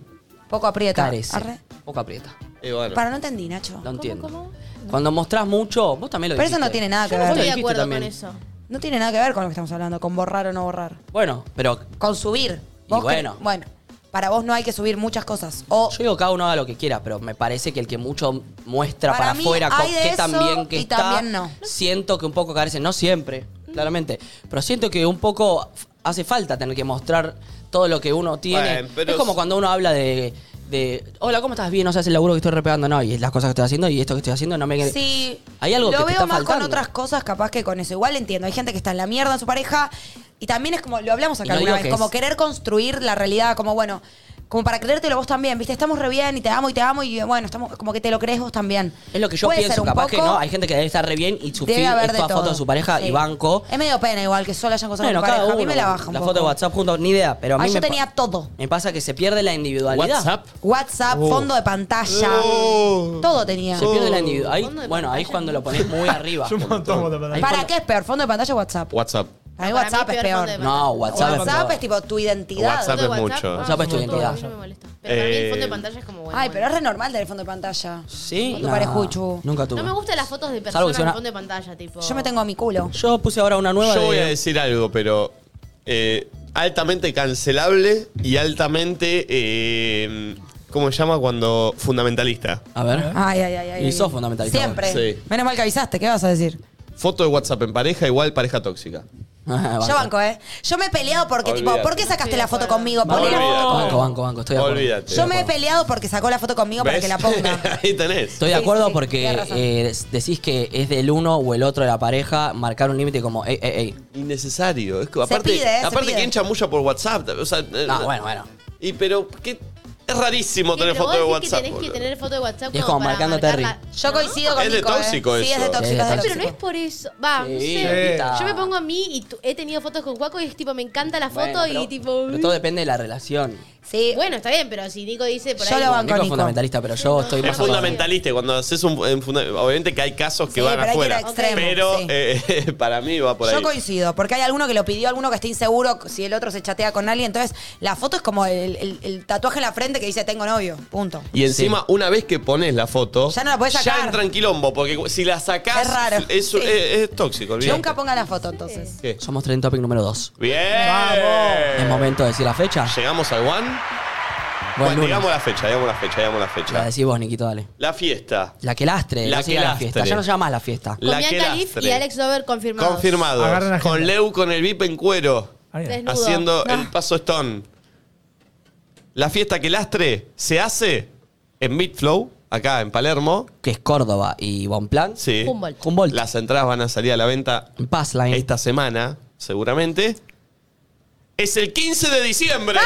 S2: Poco aprieta.
S3: carece.
S2: Arre. Ah,
S3: Poco aprieta.
S1: Y bueno,
S2: Para, no entendí, Nacho.
S3: Lo entiendo. Cuando mostrás mucho, vos también lo
S2: Pero eso
S3: dijiste.
S2: no tiene nada que
S6: Yo no
S2: ver.
S6: estoy de
S3: dijiste
S6: acuerdo
S3: también.
S6: con eso.
S2: No tiene nada que ver con lo que estamos hablando, con borrar o no borrar.
S3: Bueno, pero
S2: Con subir.
S3: Y
S2: Vos
S3: bueno.
S2: cre- bueno, para vos no hay que subir muchas cosas. O
S3: yo digo cada uno haga lo que quiera, pero me parece que el que mucho muestra
S2: Para
S3: para
S2: mí
S3: afuera
S2: hay
S3: co-
S2: de
S3: que
S2: eso
S3: también que
S2: y
S3: está,
S2: también no. Mm.
S3: siento que un poco carece, no siempre, claramente, pero siento que un poco f- hace falta tener que mostrar todo lo que uno tiene.
S1: Bueno, pero
S3: es como
S1: s-
S3: cuando uno habla de, de, hola, ¿cómo estás? Bien, no sabes el laburo que estoy repegando, no, y las cosas que estoy haciendo y esto que estoy haciendo, no me...
S2: Sí.
S3: Hay algo
S2: lo
S3: que te
S2: veo
S3: está
S2: más
S3: faltando.
S2: con otras cosas capaz que con eso. Igual entiendo, hay gente que está en la mierda en su pareja y también es como, lo hablamos
S3: Y
S2: acá
S3: no
S2: alguna
S3: digo
S2: vez,
S3: que
S2: como
S3: es-
S2: querer construir la realidad, como bueno, como para creértelo vos también, ¿viste? Estamos re bien y te amo y te amo y bueno, estamos como que te lo crees vos también.
S3: Es lo que yo
S2: Puede ser
S3: pienso,
S2: un
S3: capaz que
S2: poco,
S3: no, hay gente que debe estar re bien y su
S2: debe
S3: feed
S2: haber
S3: es
S2: de
S3: toda foto
S2: todo.
S3: de su pareja
S2: Sí.
S3: y banco.
S2: Es medio pena igual que solo hayan cosas
S3: Bueno,
S2: con tu pareja.
S3: cada
S2: a mí
S3: uno,
S2: me la baja un
S3: La
S2: poco.
S3: foto de WhatsApp juntos, ni idea, pero a mí
S2: Ah, yo
S3: me pa-
S2: tenía todo.
S3: Me pasa que se pierde la individualidad.
S1: WhatsApp.
S2: WhatsApp, fondo de pantalla.
S6: Oh.
S2: Todo tenía.
S3: Oh. Se pierde la individualidad.
S6: Fondo de
S3: Bueno, ahí es
S6: pantalla.
S3: cuando lo pones muy arriba.
S5: Es un montón, bota para
S3: Ahí
S2: ¿Para
S3: cuando-
S2: qué es peor? ¿Fondo de pantalla o WhatsApp?
S1: WhatsApp.
S2: Para mí
S6: Para
S2: WhatsApp
S6: mí peor
S2: es peor.
S6: fondo de
S3: No, WhatsApp,
S2: WhatsApp es
S3: tipo.
S2: tipo tu identidad.
S1: WhatsApp.
S6: Fondo
S1: es
S6: de
S1: mucho.
S6: ah,
S3: WhatsApp es tu
S6: no,
S3: identidad.
S6: a mí no me molesta. Pero para mí el fondo de pantalla es como bueno.
S2: Ay, pero
S6: bueno.
S2: es re normal tener fondo de pantalla.
S3: Sí.
S2: Con tu
S3: no,
S2: parejuchu.
S3: Nunca tuve.
S6: No me gustan las fotos de
S3: Salvo que
S6: personas
S3: sea una-
S6: en fondo de pantalla, tipo.
S2: Yo me tengo a mi culo.
S3: Yo puse ahora una nueva.
S1: Yo voy
S3: de-
S1: a decir algo, pero eh, altamente cancelable y altamente. eh, ¿Cómo se llama cuando fundamentalista?
S3: A ver.
S2: Ay, ay, ay, ay.
S3: Y
S2: ay.
S3: sos fundamentalista.
S2: Siempre.
S1: Sí.
S2: Menos mal que avisaste, ¿qué vas a decir?
S1: Foto de WhatsApp en pareja, igual pareja tóxica.
S3: banco.
S2: Yo banco, ¿eh? Yo me he peleado porque, tipo,
S1: Olvídate.
S2: ¿por qué sacaste la foto conmigo?
S1: No,
S2: Ponela-
S1: olvídate.
S3: Banco, banco, banco. Estoy de acuerdo.
S1: Olvídate.
S2: Yo me he peleado porque sacó la foto conmigo para
S1: ¿Ves?
S2: que la ponga.
S1: Ahí tenés.
S3: Estoy de
S2: Sí, sí,
S3: acuerdo
S2: sí, tenés
S3: porque
S2: razón.
S3: eh, decís que es del uno o el otro de la pareja marcar un límite como, ey, ey, ey.
S1: Innecesario. Es que,
S2: Se
S1: aparte,
S2: pide, eh, se
S1: aparte
S2: pide.
S1: que hincha mucha por WhatsApp. O sea, eh,
S3: No, Ah, bueno, bueno.
S1: Y pero ¿qué? es rarísimo
S6: Sí,
S1: tener
S6: pero
S1: foto de
S6: vos decís
S1: WhatsApp.
S6: que tenés
S1: boludo.
S6: que tener foto de WhatsApp.
S3: Y es como
S6: para
S3: marcando
S6: marcar
S3: Terry.
S6: la-
S2: Yo coincido con
S1: Es de
S2: Nico, ¿eh?
S1: tóxico
S2: Sí, es de
S1: eso.
S2: tóxico, es de
S3: Sí,
S6: Pero
S2: tóxico.
S6: no es por eso. Va, no
S3: Sí,
S6: sé.
S3: está.
S6: Yo me pongo a mí y tu- he tenido fotos con Juaco y es tipo, me encanta la foto
S3: Bueno, pero-
S6: y tipo. mm.
S3: Pero todo depende de la relación.
S2: Sí.
S6: Bueno, está bien, pero si Nico dice por
S2: Yo
S6: ahí.
S2: lo banco.
S3: Nico es
S2: Nico.
S3: fundamentalista, pero yo estoy
S1: Es
S3: más a favor.
S1: fundamentalista y cuando haces un en funda- obviamente que hay casos que
S2: Sí,
S1: van
S2: pero hay que
S1: afuera,
S2: ir a extremos,
S1: pero
S2: sí.
S1: eh, para mí va por ahí.
S2: Yo coincido, porque hay alguno que lo pidió, alguno que está inseguro si el otro se chatea con alguien. Entonces, la foto es como el, el- el tatuaje en la frente que dice tengo novio. Punto.
S1: Y encima una vez que pones la foto,
S2: Ya no la podés sacar.
S1: Ya entra en quilombo porque si la sacás
S2: Es raro.
S1: es,
S2: Sí.
S1: es- es tóxico, olvídate.
S2: Nunca pongan la foto entonces.
S1: ¿Qué?
S3: Somos Trend Topic número 2.
S1: Bien.
S3: Es momento de decir la fecha.
S1: Llegamos al one.
S3: Buen
S1: Bueno,
S3: lunes.
S1: digamos la fecha, digamos la fecha, digamos la
S3: La
S1: fecha.
S3: decís vos, Niquito, dale.
S1: La fiesta.
S3: La que lastre.
S1: La
S3: no se
S1: que
S3: llama
S1: lastre.
S3: fiesta. Ya no se llama más la fiesta.
S6: Con
S1: La
S6: Bianca
S1: que
S6: Leaf
S1: lastre.
S6: y Alex Dover confirmados.
S1: Confirmados.
S5: Agarran agenda.
S1: Con Leu con el VIP en cuero.
S5: Ahí.
S6: Desnudo.
S1: haciendo
S6: No.
S1: el paso Stone. La fiesta que lastre se hace en Midflow, acá en Palermo.
S3: Que es Córdoba y Bonplan.
S1: Sí.
S6: Humboldt.
S3: Humboldt.
S1: Las entradas van a salir a la venta
S3: Passline.
S1: esta semana, seguramente. Es el 15 de diciembre.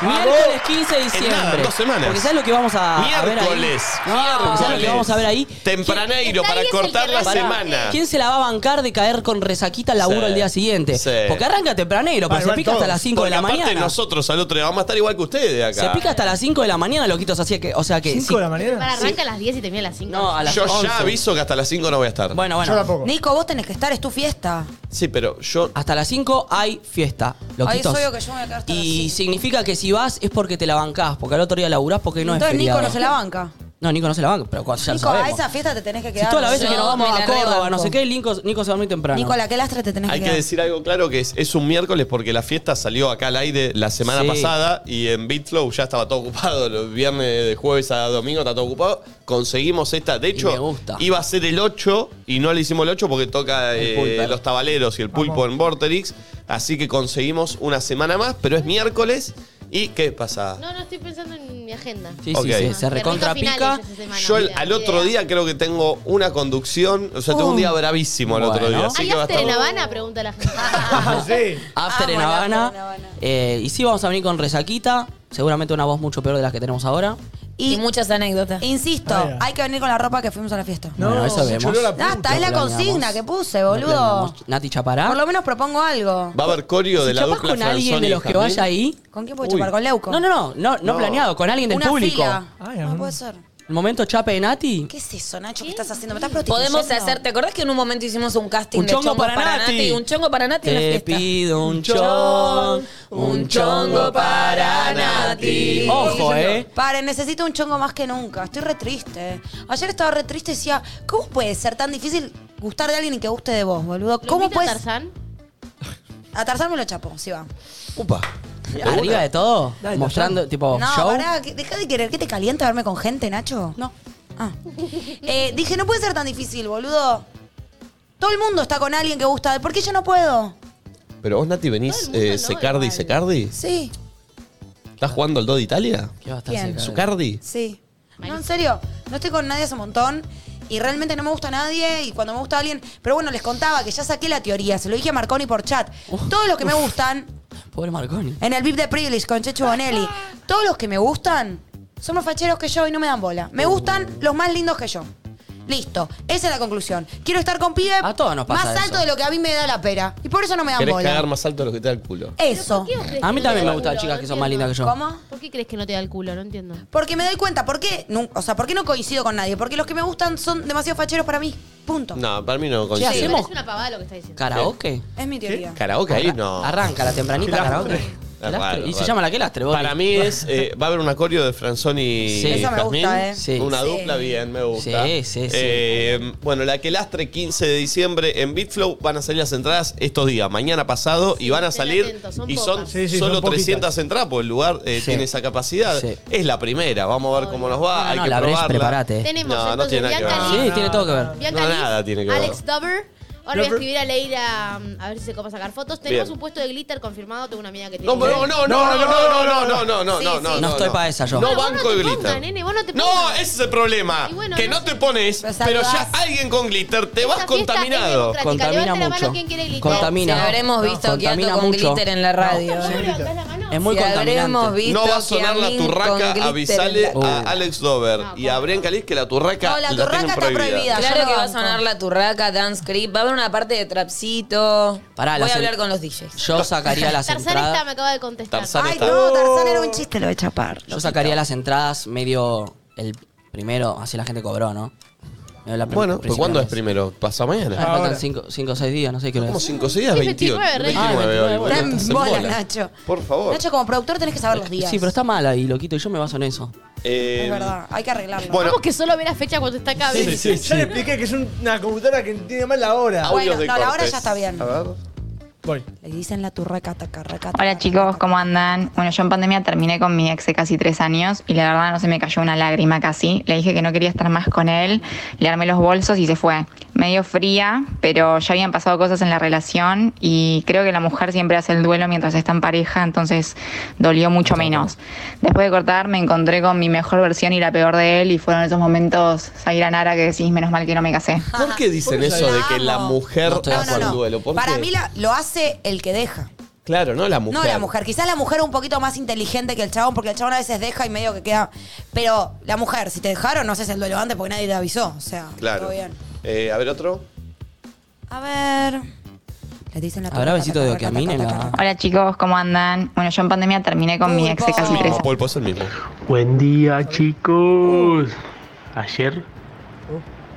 S3: Miércoles 15 de
S1: En nada,
S3: diciembre.
S1: en dos semanas.
S3: Porque ¿sabes lo que vamos a, Ah, a ver ahí?
S1: Miércoles.
S3: No, porque ¿sabes lo que
S1: Miércoles.
S3: vamos a ver ahí?
S1: Tempraneiro
S6: Está ahí
S1: para
S6: es el
S1: cortar
S6: que
S1: la
S6: arranca.
S1: semana.
S3: ¿Quién se la va a bancar de caer con resaquita al laburo
S1: Sí.
S3: el día siguiente?
S1: Sí.
S3: Porque arranca tempranero, pero
S5: Ah,
S3: se
S5: igual
S3: pica hasta
S5: todos.
S3: las 5 de
S1: Porque
S3: la
S1: aparte
S3: mañana.
S1: nosotros al otro día vamos a estar igual que ustedes
S3: Se
S1: acá.
S3: pica hasta las 5 de la mañana, loquitos. Así que, o sea que.
S5: ¿Cinco
S3: sí.
S5: de la
S6: Para
S5: mañana?
S6: arranca a las 10 y termina a las 5.
S3: No, a las
S1: Yo
S3: 11.
S1: ya aviso que hasta las 5 no voy a estar.
S3: Bueno,
S5: Yo
S3: bueno.
S5: tampoco.
S2: Nico, vos tenés que estar, es tu fiesta.
S1: Sí, pero yo
S3: Hasta las 5 hay fiesta,
S2: Ahí es
S3: loquitos.
S2: obvio que yo me voy a quedar hasta las
S3: Y
S2: cinco.
S3: significa que si vas es porque te la bancás, porque al otro día laburás, porque no
S2: Entonces
S3: es feriado.
S2: Nico no se la banca.
S3: No, Nico no se la banca, pero cuando ya lo
S2: Nico, a
S3: sabemos.
S2: esa fiesta te tenés que
S3: Si
S2: quedar.
S3: todas las veces
S2: no sé.
S3: que nos vamos a
S2: Mira, no lo
S3: Córdoba, no
S2: banco.
S3: sé qué, Nico, Nico se va muy temprano.
S2: Nico, la que lastra te tenés que
S1: Hay que
S2: quedar.
S1: decir algo claro que es, es un miércoles porque la fiesta salió acá al aire la semana
S3: Sí.
S1: pasada y en Bitflow ya estaba todo ocupado. Los viernes de jueves a domingo está todo ocupado. Conseguimos esta. De hecho,
S3: me gusta.
S1: iba a ser el 8 y no le hicimos el 8 porque toca eh,
S3: Pulper.
S1: los tabaleros y el pulpo en Vorterix. Así que conseguimos una semana más, pero es miércoles. ¿Y qué pasa?
S6: No, no estoy pensando en mi agenda.
S3: Sí,
S1: Ok.
S3: sí, sí, se
S6: Te rico
S3: recontra
S6: finales
S3: pica.
S6: esa semana,
S1: Yo el-
S6: mira,
S1: al
S6: qué
S1: otro
S6: idea.
S1: día creo que tengo una conducción, o sea, tengo un día bravísimo al otro
S3: Uh. Bueno.
S1: día. Así
S6: ¿Hay
S1: que va a
S6: after en
S1: estar...
S6: Habana? Pregunta la gente.
S5: sí.
S3: After en
S2: Amo el
S3: Habana.
S2: Ah, After en Habana.
S3: Eh, y sí, vamos a venir con resaquita. Seguramente una voz mucho peor de las que tenemos ahora.
S4: Y,
S2: Y
S4: muchas anécdotas.
S2: Insisto,
S5: Ah, ya.
S2: hay que venir con la ropa que fuimos a la fiesta.
S5: No,
S3: bueno, eso
S5: se
S3: vemos.
S5: choró la
S2: Ah,
S5: puta.
S2: está, es la
S3: planeamos.
S2: consigna que puse,
S3: No
S2: boludo.
S3: planeamos. ¿Ah? Nati Chapará.
S2: Por lo menos propongo algo.
S1: Va a haber corio de
S3: Si
S1: la
S3: chapás
S1: dupla
S3: con alguien de los que
S1: Franzoni y
S3: vaya ahí.
S2: ¿Con quién puedo
S1: Uy.
S2: chupar? ¿Con Leuco?
S3: No, no, no, no, no
S1: No.
S3: planeado, con alguien del
S2: Una
S3: público.
S2: fila.
S5: Ay,
S2: no
S5: amor.
S2: puede ser.
S3: El momento chape de Nati.
S2: ¿Qué es eso, Nacho? ¿Qué estás haciendo? ¿Me estás prostituyendo?
S4: Podemos hacer, ¿te acordás que en un momento hicimos un casting
S3: Un
S4: de
S3: chongo
S4: chongos
S3: para Nati?
S4: Un chongo para Nati en la
S3: Te
S4: fiesta.
S3: pido un chon, un chongo para Nati. Ojo, eh.
S2: Pare, necesito un chongo más que nunca. Estoy re triste. Ayer estaba re triste y decía, ¿cómo puede ser tan difícil gustar de alguien y que guste de vos, boludo?
S6: ¿Lo
S2: ¿Cómo
S6: invita
S2: puedes?
S6: Tarzán?
S2: A Tarzán me lo chapo, si va.
S1: Upa.
S3: Arriba de todo,
S5: Dale,
S3: mostrando tipo
S2: no,
S3: Oh, show.
S2: pará, que- deja de querer que te caliente verme con gente, Nacho.
S3: No.
S2: Ah. Eh, dije, no puede ser tan difícil, boludo. Todo el mundo está con alguien que gusta de. ¿Por qué yo no puedo?
S1: Pero vos, Nati, venís
S6: Todo el mundo
S1: eh,
S6: no,
S1: Secardi y
S6: igual.
S1: Secardi.
S2: Sí,
S1: ¿Estás jugando al 2 de Italia?
S3: ¿Qué va a estar
S2: Bien.
S3: cerca de-
S1: ¿Sucardi?
S2: sí. No, en serio, no estoy con nadie hace un montón. Y realmente no me gusta nadie. Y cuando me gusta alguien. Pero bueno, les contaba que ya saqué la teoría. Se lo dije a Marconi por chat. Todos los que me gustan.
S3: Pobre Marconi. ¿Eh?
S2: En el VIP de Privilege con Chechu Bonelli. Todos los que me gustan son más facheros que yo y no me dan bola. Me gustan los más lindos que yo. Listo. Esa es la conclusión. Quiero estar con pibe
S3: A todos nos pasa
S2: más alto
S3: eso.
S2: de lo que a mí me da la pera. Y por eso no me dan
S1: ¿Querés
S2: bola.
S1: cagar más alto de lo que te da el culo?
S2: Eso.
S6: ¿Por qué os crees
S3: A
S6: que
S3: mí
S6: no te
S3: también
S6: da
S3: me
S6: el
S3: gustan
S6: culo?
S3: chicas que
S6: No
S3: son más lindas
S6: entiendo.
S3: que yo.
S2: ¿Cómo?
S6: ¿Por qué crees que no te da el culo? No entiendo.
S2: Porque me doy cuenta, ¿por qué? No, o sea, ¿por qué no coincido con nadie? Porque los que me gustan son demasiado facheros para mí. Punto.
S1: No, para mí no
S3: ¿Qué
S1: coincide.
S3: hacemos?
S6: Es una pavada lo que está diciendo.
S3: ¿Karaoke?
S2: Es mi teoría.
S1: ¿Karaoke ahí?
S3: Arra-
S1: No.
S3: Arranca la tempranita
S5: Qué
S3: karaoke.
S5: lastre.
S3: Qué lastre.
S1: Raro,
S3: y se
S1: raro.
S3: llama la que lastre, Bobby.
S1: Para mí es. eh, va a haber un acorio de Franzoni y
S3: Sí. Eso
S2: me gusta,
S1: Jazmín.
S2: eh.
S3: Sí.
S1: Una
S2: Sí.
S1: dupla bien, me gusta.
S3: Sí, sí, sí.
S1: Eh, bueno, la que lastre 15 de diciembre en Bitflow van a salir las entradas estos días, mañana pasado, y van a
S6: estén
S1: salir.
S6: atentos, son
S1: y
S6: pocas.
S1: son
S5: Sí, sí,
S1: solo
S5: son poquitas.
S1: 300 entradas, porque el lugar eh,
S3: Sí.
S1: tiene esa capacidad.
S3: Sí.
S1: Es la primera, vamos a ver cómo nos va.
S3: Ah,
S1: hay
S3: no,
S1: que
S3: la Breche,
S1: probarla.
S3: prepárate.
S6: Tenemos
S1: No, no
S6: entonces
S1: tiene nada que
S6: Bianca
S5: ver.
S6: Lynch,
S3: Sí, tiene todo que ver.
S6: Bianca
S1: No,
S6: Lynch,
S1: nada tiene que ver.
S6: Alex Dover. Ahora voy a
S5: Lover.
S6: escribir a Leira um, a ver si se copa sacar fotos. Tenemos
S1: Bien.
S6: un puesto de glitter confirmado. Tengo una amiga que tiene.
S1: No, no, no, no, no, no, no, no, no, no,
S2: Sí,
S1: no,
S2: sí.
S1: no.
S3: No estoy pa' esa yo.
S1: No
S6: Pero vos no
S1: banco de
S6: te
S1: glitter.
S6: pongas, nene, vos no te
S1: No,
S6: pongas.
S1: ese es el problema.
S6: Y bueno,
S1: que
S6: no
S1: no
S6: sé.
S1: te pones,
S2: Pero
S1: pero ya
S2: saludás.
S1: alguien con glitter te vas
S6: Esta fiesta es
S1: contaminado.
S6: democrática.
S3: Contamina
S6: Levante la
S3: mucho.
S6: mano quien quiere gritar.
S3: Contamina.
S4: Si habremos visto que
S3: Contamina
S4: ando con
S3: mucho.
S4: glitter en la radio. eh.
S6: ¿Seguro? ¿Levantás la mano?
S3: Es muy
S4: si habremos
S3: contaminante.
S4: visto
S1: No va a
S4: que
S1: sonar la
S4: mí con
S1: turraca,
S4: glitter en
S1: avisale
S4: la-
S1: a
S3: Uh.
S1: Alex Dover
S6: No,
S1: y a Brian Calis que la turraca
S2: No, la turraca
S1: tienen
S2: está prohibida. yo
S4: Claro
S2: lo
S4: que va a
S2: banco.
S4: sonar la turraca, dance creep, va a haber una parte de trapcito.
S3: Pará,
S4: Voy
S3: las
S4: a
S3: en-
S4: hablar con los DJs.
S3: Yo sacaría las
S6: Tarzán está, me
S3: entradas.
S6: acaba de contestar.
S1: Tarzán
S2: Ay,
S1: está.
S2: no, Tarzán era un chiste, lo de chapar.
S3: Oh. Yo sacaría las entradas medio el primero, así la gente cobró, ¿no? Medio la prim-
S1: Bueno, ¿pero
S3: principio
S1: ¿cuándo
S3: del
S1: es
S3: mes.
S1: primero? ¿Pasa
S3: Ah,
S1: mañana?
S5: Ahora.
S3: Faltan 5 o 6 días, no sé qué hora
S1: Como
S3: es.
S1: 5 días,
S6: Sí,
S1: 28.
S6: 29,
S3: ah,
S1: 29 hoy,
S3: 29,
S1: boludo,
S2: Está en
S1: estás en
S2: bola,
S1: bola.
S2: Nacho.
S1: Por favor.
S2: Nacho, como productor tenés que saber los días.
S3: Sí, pero está mal ahí, loquito, y yo me baso en eso.
S1: Eh,
S2: Es verdad, hay que arreglarlo.
S1: Bueno,
S6: Vamos que solo ve la fecha cuando está acá.
S1: Sí,
S6: ¿ves?
S1: sí,
S5: Ya le expliqué que es una computadora que entiende mal la hora.
S2: Bueno,
S1: audios de
S2: no, la hora
S1: cortes.
S2: ya está bien.
S1: A ver.
S5: Voy.
S2: Le dicen la turraca, taca, raca,
S8: Hola
S2: taca,
S8: chicos,
S2: raca.
S8: ¿cómo andan? Bueno, yo en pandemia terminé con mi ex de casi tres años y la verdad no se me cayó una lágrima casi. Le dije que no quería estar más con él, le armé los bolsos y se fue. Medio fría, pero ya habían pasado cosas en la relación y creo que la mujer siempre hace el duelo mientras está en pareja, entonces dolió mucho menos. Después de cortar me encontré con mi mejor versión y la peor de él y fueron esos momentos a Nara que eh, decís, menos mal que no me casé.
S1: ¿Por qué dicen
S5: Porque
S1: eso de que la
S2: amo.
S1: mujer
S3: No estoy de
S1: hace
S3: acuerdo.
S1: el duelo? ¿Por
S2: Para
S1: qué?
S2: mí la- lo hace el que deja.
S1: Claro, no la mujer.
S2: No la mujer. Quizás la mujer un poquito más inteligente que el chabón, porque el chabón a veces deja y medio que queda. Pero la mujer, si te dejaron, no haces el duelo antes porque nadie te avisó. O sea,
S1: Claro.
S2: todo bien.
S1: Eh, a ver, otro.
S2: A ver. Le dicen la
S3: ¿Habrá
S2: turraca,
S3: besito
S2: taca,
S3: de
S2: raca,
S3: Okiamina en
S2: taca,
S3: la-
S2: taca, raca.
S8: Hola chicos, ¿cómo andan? Bueno, yo en pandemia terminé con mi ex de casi tres
S2: Pulpo.
S8: años.
S1: Polpo es el mismo.
S11: Buen día chicos.
S5: Uh.
S11: Ayer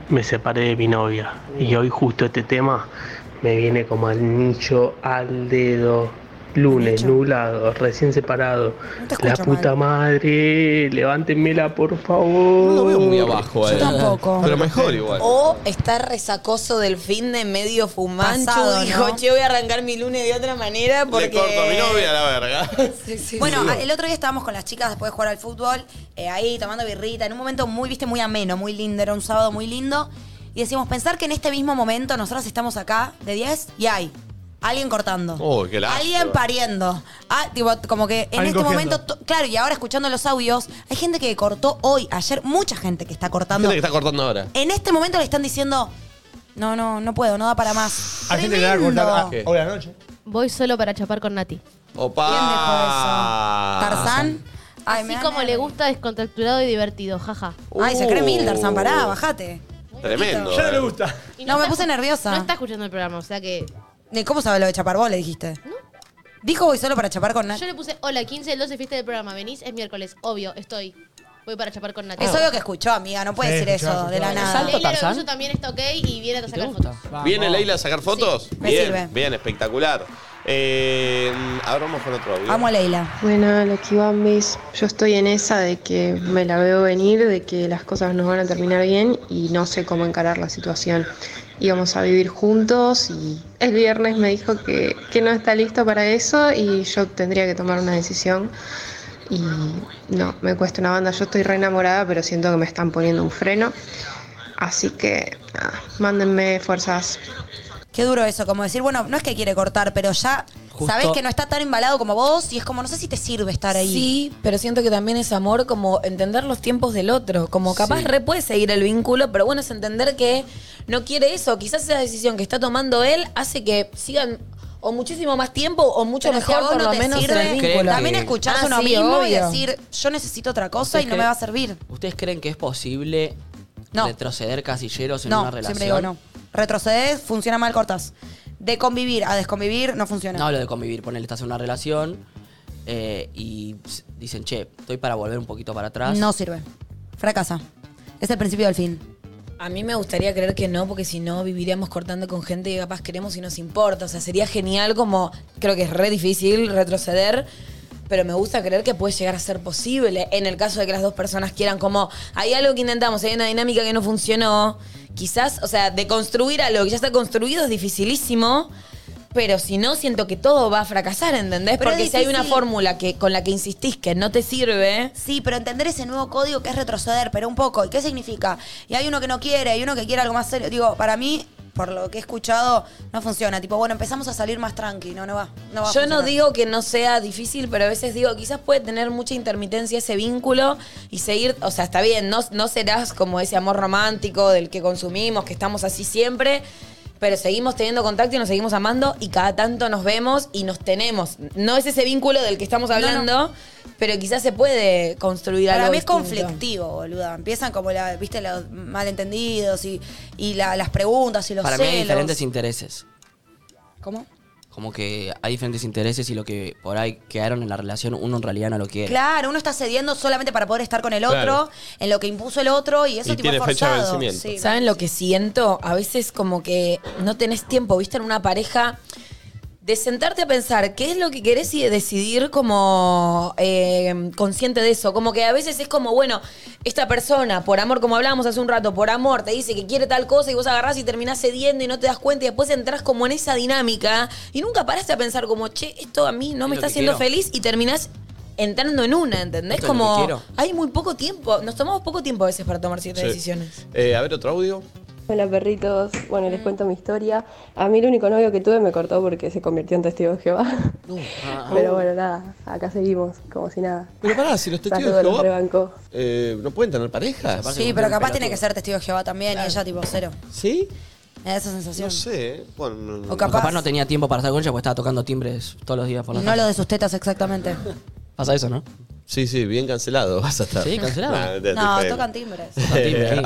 S11: me separé de mi novia
S5: Uh.
S11: y hoy justo este tema me viene como al nicho al dedo. Lunes, nublado, recién separado. la
S2: escucho,
S11: puta madre, levántenmela, por favor. No lo veo muy
S1: abajo,
S2: Yo tampoco. Oh,
S1: Pero mejor igual.
S4: O estar resacoso del fin de medio fumancho.
S2: Pasado,
S4: dijo,
S2: ¿no?
S4: che, voy a arrancar mi lunes de otra manera porque.
S1: Le corto a mi novia la verga.
S2: Bueno,
S1: Sí.
S2: a- el otro día estábamos con las chicas después de jugar al fútbol, eh, ahí tomando birrita, en un momento muy, viste, muy ameno, muy lindo, era un sábado muy lindo. Y decíamos, pensar que en este mismo momento nosotros estamos acá de 10 y hay alguien cortando.
S5: Oh,
S1: Uy, qué lástima.
S2: Alguien pariendo. Ah, tipo, como que en
S1: Alguien
S2: este
S1: cogiendo.
S2: momento, to- claro, y ahora escuchando los audios, hay gente que cortó hoy, ayer, mucha gente que está cortando.
S1: Gente que está cortando ahora.
S2: En este momento le están diciendo, no, no, no puedo, no da para más.
S5: Hay gente que le va a cortar Ah, a-
S1: Tremendo.
S5: hoy a la noche.
S6: Voy solo para chapar con Nati.
S1: Opa.
S2: Tarzán. Ay,
S6: Así
S2: me dan
S6: como
S2: ganas
S6: le
S2: de-
S6: gusta, descontracturado y divertido, jaja.
S2: Ay, se cree mil, Tarzán, pará,
S1: Oh.
S2: bajate.
S1: Tremendo.
S5: Ya no le gusta.
S6: Y
S2: No, me
S6: está
S2: puse
S6: escu-
S2: nerviosa.
S6: No está escuchando el programa, o sea que...
S2: ¿De ¿Cómo sabe lo de chapar vos? Le dijiste. Dijo voy solo para chapar con Nati.
S6: Yo le puse, hola, 15 del 12, fiesta del programa, venís, es miércoles, obvio, estoy. Voy para chapar con Nati.
S2: Es obvio que escuchó, amiga. No puede
S5: Sí,
S2: decir
S5: escuchaba,
S2: eso de la
S5: escuchaba.
S2: nada.
S6: Leila
S3: Salto, Tarzán.
S6: Lorenzo también está ok y viene a sacar fotos.
S1: ¿Viene Leila a sacar fotos?
S2: me
S1: bien,
S2: sirve.
S1: bien, espectacular. Eh, ahora vamos con otro audio.
S2: Amo a Leila.
S12: Bueno, la Kibambis, yo estoy en esa de que me la veo venir, de que las cosas no van a terminar bien y no sé cómo encarar la situación. Íbamos a vivir juntos y el viernes me dijo que, que no está listo para eso y yo tendría que tomar una decisión. Y no, me cuesta una banda. Yo estoy re enamorada, pero siento que me están poniendo un freno. Así que, nada, mándenme fuerzas.
S2: Qué duro eso, como decir, bueno, no es que quiere cortar, pero ya
S3: Justo-
S2: sabes que no está tan embalado como vos y es como, no sé si te sirve estar ahí.
S4: Sí, pero siento que también es amor como entender los tiempos del otro. Como capaz
S3: Sí.
S4: re puede seguir el vínculo, pero bueno, es entender que no quiere eso. Quizás esa decisión que está tomando él hace que sigan o muchísimo más tiempo o mucho
S2: Pero si a
S4: mejor
S2: vos
S4: por
S2: no
S4: lo
S2: te
S4: menos en el
S2: sirve,
S4: vínculo.
S2: también
S3: que-
S2: escuchás
S4: Ah,
S2: uno
S4: sí,
S2: mismo y
S4: obio.
S2: decir, yo necesito otra cosa
S3: ¿Ustedes
S2: y no
S3: creen-
S2: me va a servir.
S3: ¿Ustedes creen que es posible
S2: No.
S3: retroceder casilleros en una
S2: No,
S3: relación?
S2: siempre digo no. Retrocedes, funciona mal, cortás. De convivir a desconvivir no funciona.
S3: No hablo de convivir, ponele, estás en una relación eh, y s- dicen, che, estoy para volver un poquito para atrás.
S2: No sirve. Fracasa. Es el principio del fin.
S4: A mí me gustaría creer que no, porque si no viviríamos cortando con gente que capaz queremos y nos importa. O sea, sería genial como, creo que es re difícil retroceder, pero me gusta creer que puede llegar a ser posible en el caso de que las dos personas quieran como, hay algo que intentamos, hay una dinámica que no funcionó. Quizás, o sea, de construir algo que ya está construido es dificilísimo. Pero si no, siento que todo va a fracasar, ¿entendés?
S2: Pero es
S4: Porque si hay una
S2: difícil.
S4: fórmula que, con la que insistís que no te sirve,
S2: Sí, pero entender ese nuevo código que es retroceder, pero un poco. ¿Y qué significa? Y hay uno que no quiere, hay uno que quiere algo más serio. Digo, para mí, por lo que he escuchado, no funciona. Tipo, bueno, empezamos a salir más tranqui. No, no va. No va a
S4: Yo no
S2: funcionar.
S4: digo que no sea difícil, pero a veces digo, quizás puede tener mucha intermitencia ese vínculo y seguir, o sea, está bien, no, no serás como ese amor romántico del que consumimos, que estamos así siempre, pero seguimos teniendo contacto y nos seguimos amando y cada tanto nos vemos y nos tenemos. No es ese vínculo del que estamos hablando, pero quizás se puede construir
S2: Para
S4: algo.
S2: mí es
S4: distinto.
S2: conflictivo, boluda. Empiezan como, la, viste, los malentendidos y, y la- las preguntas y los
S3: para mí hay
S2: celos.
S3: diferentes intereses.
S2: ¿Cómo?
S3: Como que hay diferentes intereses y lo que por ahí quedaron en la relación, uno en realidad no lo quiere.
S2: Claro, uno está cediendo solamente para poder estar con el otro,
S1: Claro.
S2: en lo que impuso el otro, y eso
S1: Y
S2: tipo
S1: tiene
S2: es
S1: fecha de
S2: forzado.
S1: vencimiento.
S2: Sí.
S4: ¿Saben lo que siento? A veces como que no tenés tiempo, viste, en una pareja, de sentarte a pensar qué es lo que querés y de decidir como eh, consciente de eso. Como que a veces es como, bueno, esta persona, por amor, como hablábamos hace un rato, por amor, te dice que quiere tal cosa y vos agarrás y terminás cediendo y no te das cuenta y después entras como en esa dinámica y nunca paraste a pensar como, che, esto a mí no me
S3: Es lo
S4: está
S3: que
S4: haciendo
S3: quiero.
S4: feliz y terminás... Entrando en una, ¿entendés?
S3: Esto es lo que
S4: como
S3: quiero.
S4: hay muy poco tiempo. Nos tomamos poco tiempo a veces para tomar ciertas
S1: Sí.
S4: decisiones.
S1: Eh, a ver, otro audio.
S13: Hola perritos, bueno les cuento mi historia. A mí el único novio que tuve me cortó porque se convirtió en testigo de Jehová. Pero bueno, nada, acá seguimos, como si nada.
S1: Pero pará, si los
S13: Saludos
S1: testigos de
S13: a los
S1: Jehová
S13: rebancos.
S1: eh, no pueden tener parejas.
S2: Sí, pero capaz tiene que ser testigo de Jehová también, y ella tipo cero.
S1: ¿Sí?
S2: Me da esa sensación.
S1: No sé. eh. Bueno, no- no-
S2: O
S3: Capaz.
S2: capaz,
S3: no tenía tiempo para estar con ella porque estaba tocando timbres todos los días por
S2: y
S3: la
S2: no
S3: tarde.
S2: lo de sus tetas exactamente.
S3: Pasa eso, ¿no?
S1: Sí, sí, bien cancelado vas a estar.
S3: Sí, cancelado.
S1: Nah, te-
S2: No,
S1: te-
S2: tocan timbres.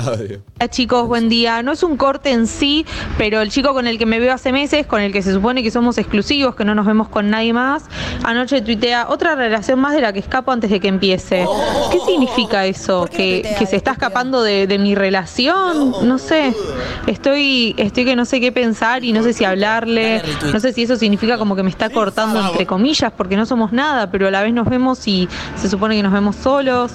S1: Audio.
S14: Hola chicos, buen día. No es un corte en sí, pero el chico con el que me veo hace meses, con el que se supone que somos exclusivos, que no nos vemos con nadie más, anoche tuitea otra relación más de la que escapo antes de que empiece.
S15: Oh.
S14: ¿Qué significa eso? ¿Que, que se está escapando de, de mi relación? No, sé. Estoy, estoy que no sé qué pensar y no sé si hablarle. No sé si eso significa como que me está cortando entre comillas, porque no somos nada, pero a la vez nos vemos y se supone que nos vemos solos.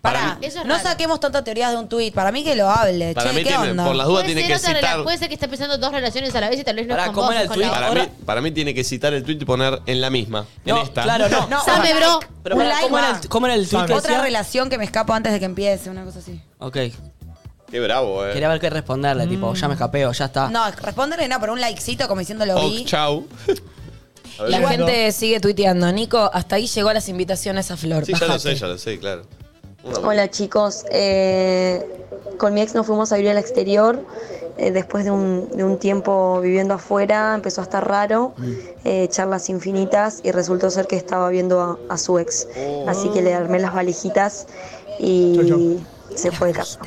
S2: Pará, no saquemos tantas teorías de un tuit. Para mí que lo hable.
S1: Para
S2: che,
S1: mí
S2: ¿qué
S1: tiene-
S2: onda?
S1: por las dudas tiene
S6: Puede
S1: que
S6: ser, otra rela-
S1: citar.
S6: puede ser que esté pensando dos relaciones a la vez y tal vez no es
S3: Pará,
S6: con
S3: ¿cómo
S6: vos,
S3: era
S6: es
S3: el
S6: con
S3: tuit?
S6: la
S1: Para
S6: otra.
S1: mí, para mí tiene que citar el tweet y poner en la misma. en esta.
S3: claro, no. No,
S6: Sabe, bro.
S3: Pero pará, ¿cómo, era el, ¿cómo era el tweet que
S2: Otra
S3: decía?
S2: relación que me escapo antes de que empiece, una cosa así.
S3: Ok.
S1: Qué bravo, eh.
S3: Quería ver qué responderle,
S4: Mm.
S3: tipo, ya me escapeo, ya está.
S2: No, respóndele no, pero un likecito como diciendo lo vi.
S1: chau.
S4: La gente sigue tuiteando. Nico, hasta ahí llegó las invitaciones a Flor.
S1: Sí, ya lo
S4: Bájate.
S1: sé, ya lo sé, claro. Una-
S15: Hola chicos, Eh, con mi ex nos fuimos a vivir al exterior, Eh, después de un, de un tiempo viviendo afuera, empezó a estar raro, Eh, charlas infinitas y resultó ser que estaba viendo a, a su ex, así que le armé las valijitas y se fue de casa.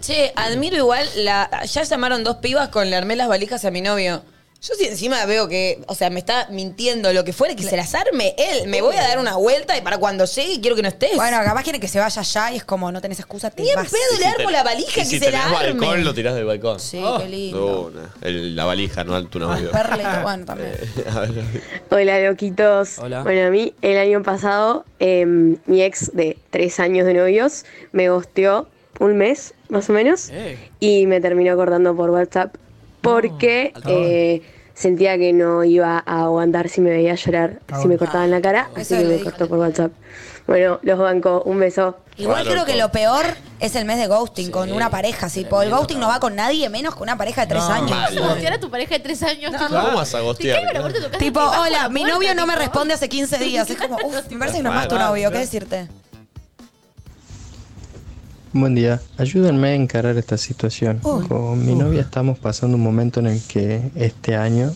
S4: Che, admiro igual, la, ya llamaron dos pibas con le armé las valijas a mi novio. Yo si encima veo que, o sea, me está mintiendo lo que fuera, que se las arme él. Me voy a dar una vuelta y para cuando llegue quiero que no estés.
S2: Bueno, capaz quiere que se vaya ya y es como no tenés excusa, te Bien
S4: pedo, le armo la valija
S1: Y
S4: que
S1: si
S4: se
S1: tenés
S4: la arme.
S1: balcón, lo tirás del balcón. Sí,
S2: qué
S1: lindo. la valija, no al tu novio.
S2: Perle, bueno, también.
S1: A ver,
S9: Hola, loquitos.
S1: Hola.
S9: Bueno, a mí el año pasado, eh, mi ex de tres años de novios me gosteó un mes, más o menos,
S3: Eh.
S1: Eh.
S9: y me terminó cortando por WhatsApp porque eh, sentía que no iba a aguantar si me veía llorar, si me cortaban la cara, así que me cortó por WhatsApp. Bueno, los banco, un beso.
S2: Igual creo que lo peor es el mes de ghosting con una pareja. Si el ghosting no va con nadie menos que una pareja de tres
S1: No,
S2: años.
S1: mal.
S6: Gostear a tu pareja de tres años. tipo,
S1: ¿Cómo vas a
S6: te
S1: gostear?
S6: caigo a la puerta de tu casa y
S2: Tipo,
S6: te bajo la
S2: hola, mi
S6: puerta,
S2: novio no me
S6: tipo.
S2: responde hace 15 días. Es como, uff, me parece que no es más tu
S6: Mal,
S2: novio, ¿qué
S6: mal.
S2: decirte?
S16: Buen día, ayúdenme a encarar esta situación.
S2: Oh.
S16: Con mi
S2: Oh.
S16: novia estamos pasando un momento en el que este año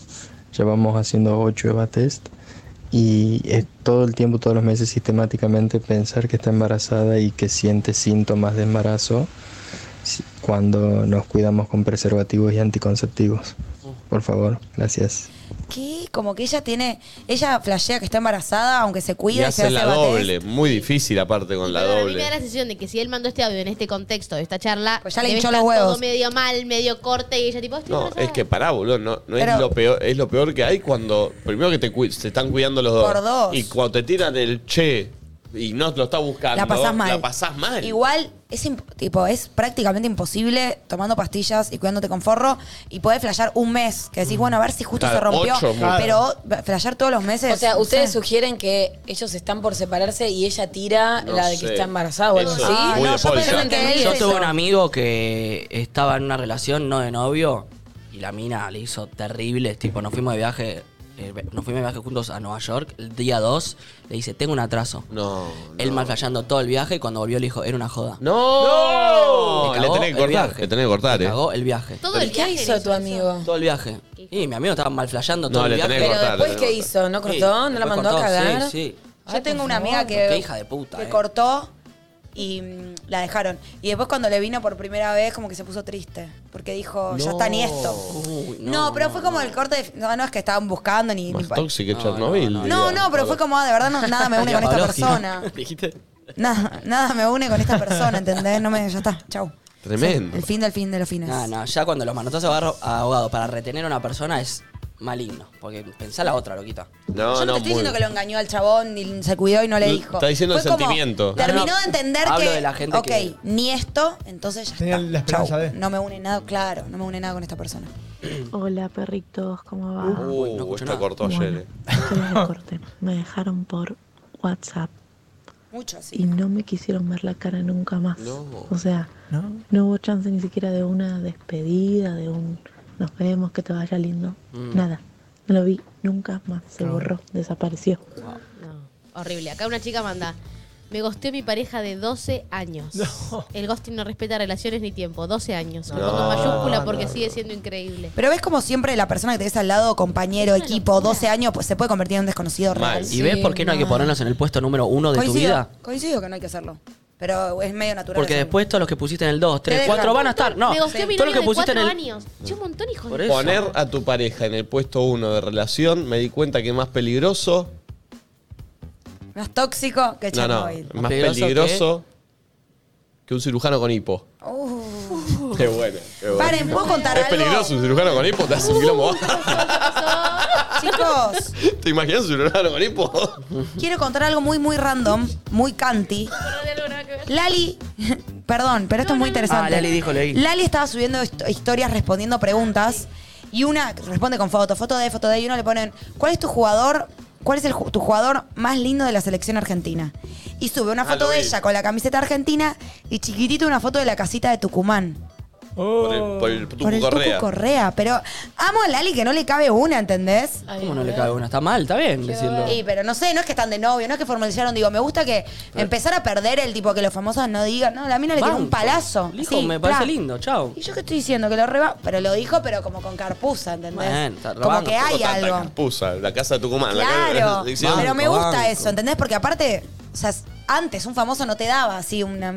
S16: llevamos haciendo 8 EVA test y es todo el tiempo, todos los meses sistemáticamente pensar que está embarazada y que siente síntomas de embarazo si- cuando nos cuidamos con preservativos y anticonceptivos. Por favor, gracias.
S2: ¿Qué? Como que ella tiene, ella flashea que está embarazada, aunque se
S1: Y
S2: cuida y se
S1: hace
S2: hace
S1: la
S2: batez.
S1: doble. Muy difícil, aparte, con la
S6: Pero a mí me da
S1: doble.
S6: la sensación de que si él mandó este audio en este contexto de esta charla,
S2: Pues ya le
S6: debe
S2: hinchó
S6: estar
S2: los huevos.
S6: todo medio mal, medio corte y ella tipo, estoy
S1: No,
S6: embarazada.
S1: es que pará, boludo. No, no
S6: Pero-
S1: es lo peor. Es lo peor que hay cuando. Primero que te cui- se están cuidando los dos.
S2: Por dos.
S1: Y cuando te tiran el che y no lo está buscando.
S2: La pasás mal.
S1: La pasás mal.
S2: Igual es imp- tipo es prácticamente imposible tomando pastillas y cuidándote con forro y poder flashear un mes, que decís, bueno, a ver si justo
S1: Mm. Claro,
S2: se rompió,
S1: ocho, muy-
S2: pero flashear todos los meses.
S4: O sea, ustedes
S2: no sé.
S4: sugieren que ellos están por separarse y ella tira
S1: No
S4: la de que
S1: sé.
S4: está embarazada o algo
S1: Eso Ah,
S4: así.
S1: es muy de polka.
S3: Yo tuve un amigo que estaba en una relación no de novio y la mina le hizo terrible. Tipo, nos fuimos de viaje, eh, nos fuimos de viaje juntos a Nueva York. El día 2 le dice, tengo un atraso.
S1: No.
S3: Él mal flasheando todo el viaje y cuando volvió le dijo, era una joda.
S1: ¡No! Le
S3: cagó
S1: tenés que
S3: el
S1: cortar.
S3: viaje.
S1: Le tenés que cortar,
S3: Le
S1: eh.
S3: cagó el viaje.
S4: ¿Y qué hizo tu amigo?
S3: Todo el viaje. Y mi amigo estaba mal flasheando
S1: No,
S3: todo el
S1: le
S3: viaje.
S1: tenés que Pero cortar, le
S4: Después, ¿qué hizo? ¿No cortó? ¿No la
S3: Después
S4: mandó a
S3: cortó,
S4: cagar?
S3: Sí, sí.
S2: Yo tengo una amiga que,
S3: Qué hija de puta,
S2: que
S3: eh.
S2: cortó y mm, la dejaron. Y después cuando le vino por primera vez como que se puso triste, porque dijo, ya está ni esto.
S3: Uy,
S2: No, pero fue como el corte de... No, no es que estaban buscando ni... ni
S1: Más tóxica que Chernobyl.
S2: no, no, pero fue como, ah, de verdad no- nada me une con esta persona.
S3: ¿Dijiste?
S2: Nada, nada me une con esta persona, ¿entendés? No me, ya está, chau.
S1: Tremendo.
S2: El fin del fin de los fines.
S3: No, no, ya cuando los manotazos agarro ahogados para retener a una persona es maligno. Porque pensá la otra, loquita.
S1: No,
S2: Yo no, te estoy diciendo que lo engañó al chabón, ni se cuidó y no le
S3: L-
S2: dijo.
S1: está diciendo
S2: Fue
S1: el
S2: como,
S1: sentimiento.
S2: Terminó
S3: No, no,
S2: de entender
S3: hablo
S2: que.
S3: de la gente
S2: ok,
S3: que-
S2: ni esto, entonces ya
S5: Tenía
S2: está.
S5: la esperanza
S2: Chau.
S5: de.
S2: No me une nada, claro, no me une nada con esta persona.
S17: Hola perritos, ¿cómo va?
S1: Uh, esta cortó ayer. eh.
S17: Historias de corte. Me dejaron por WhatsApp
S2: Mucho
S17: y no me quisieron ver la cara nunca más.
S1: No.
S17: O sea,
S5: no.
S17: hubo chance ni siquiera de una despedida, de un nos vemos, que te vaya lindo.
S6: Mm.
S17: Nada. No lo vi nunca más. Se borró, desapareció.
S6: Horrible. Acá una chica manda. Me gosteó mi pareja de 12 años. El ghosting no respeta relaciones ni tiempo. 12 años. Lo pongo en mayúscula porque sigue siendo increíble.
S2: Pero ves como siempre la persona que tenés al lado, compañero, equipo, 12 años, pues se puede convertir en un desconocido real.
S3: Mal. ¿Y ves por qué no hay que ponernos en el puesto número uno de tu vida?
S2: Coincido que no hay que hacerlo. Pero es medio natural.
S3: Porque
S2: eso.
S3: después todos los que pusiste en el 2, 3,
S2: dejan.
S3: 4 van a estar. No,
S6: Me gosteó mi
S3: todos los
S6: novio
S3: que
S6: de
S3: pusiste en
S6: 4
S3: el.
S6: años. Che, un montón, hijo
S1: Por
S6: de
S1: eso. Poner a tu pareja en el puesto uno de relación, me di cuenta que más peligroso,
S2: Más tóxico que
S1: no, no,
S2: Chernobyl.
S1: más peligroso que... un cirujano con hipo.
S2: Uh.
S1: Qué bueno. Qué bueno.
S2: Paren, ¿puedo contar
S1: Es
S2: algo? Uh.
S1: peligroso un cirujano con hipo, te hace un quilombo.
S2: Chicos,
S1: ¿Te imaginas un cirujano con hipo?
S2: quiero contar algo muy, muy random, muy canti. Lali, perdón, pero esto es muy interesante.
S3: Ah, Lali dijo, leí.
S2: Lali estaba subiendo hist- historias respondiendo preguntas y una responde con foto, foto de, foto de, y uno le ponen, ¿cuál es tu jugador? ¿Cuál es el ju- tu jugador más lindo de la selección argentina? Y sube una
S1: Ah,
S2: foto
S1: lo
S2: de
S1: vi.
S2: ella con la camiseta argentina y chiquitito una foto de la casita de Tucumán.
S1: Por el, por el Tucu
S2: Oh. por el
S1: Correa.
S2: Tucu Correa. Pero amo a Lali que no le cabe una, ¿entendés?
S3: ¿Cómo no le cabe una? Está mal, está bien decirlo.
S2: Y, pero no sé, no es que están de novio, no es que formalizaron. Digo, me gusta que empezar a perder el tipo que los famosos no digan. No, la mina le tiró un
S3: Banco.
S2: palazo.
S3: Lijo,
S2: así,
S3: me parece
S2: pla.
S3: lindo, chao.
S2: ¿Y yo qué estoy diciendo? Que lo reba... Pero lo dijo, pero como con carpusa, ¿entendés?
S1: Bueno, está
S2: como
S1: rebanco.
S2: que hay
S1: Tampoco tanta
S2: algo.
S1: carpusa, la casa de Tucumán. la casa-
S2: Claro.
S1: le hicieron-
S2: pero me gusta eso, ¿entendés? Porque aparte, o sea, antes un famoso no te daba así una.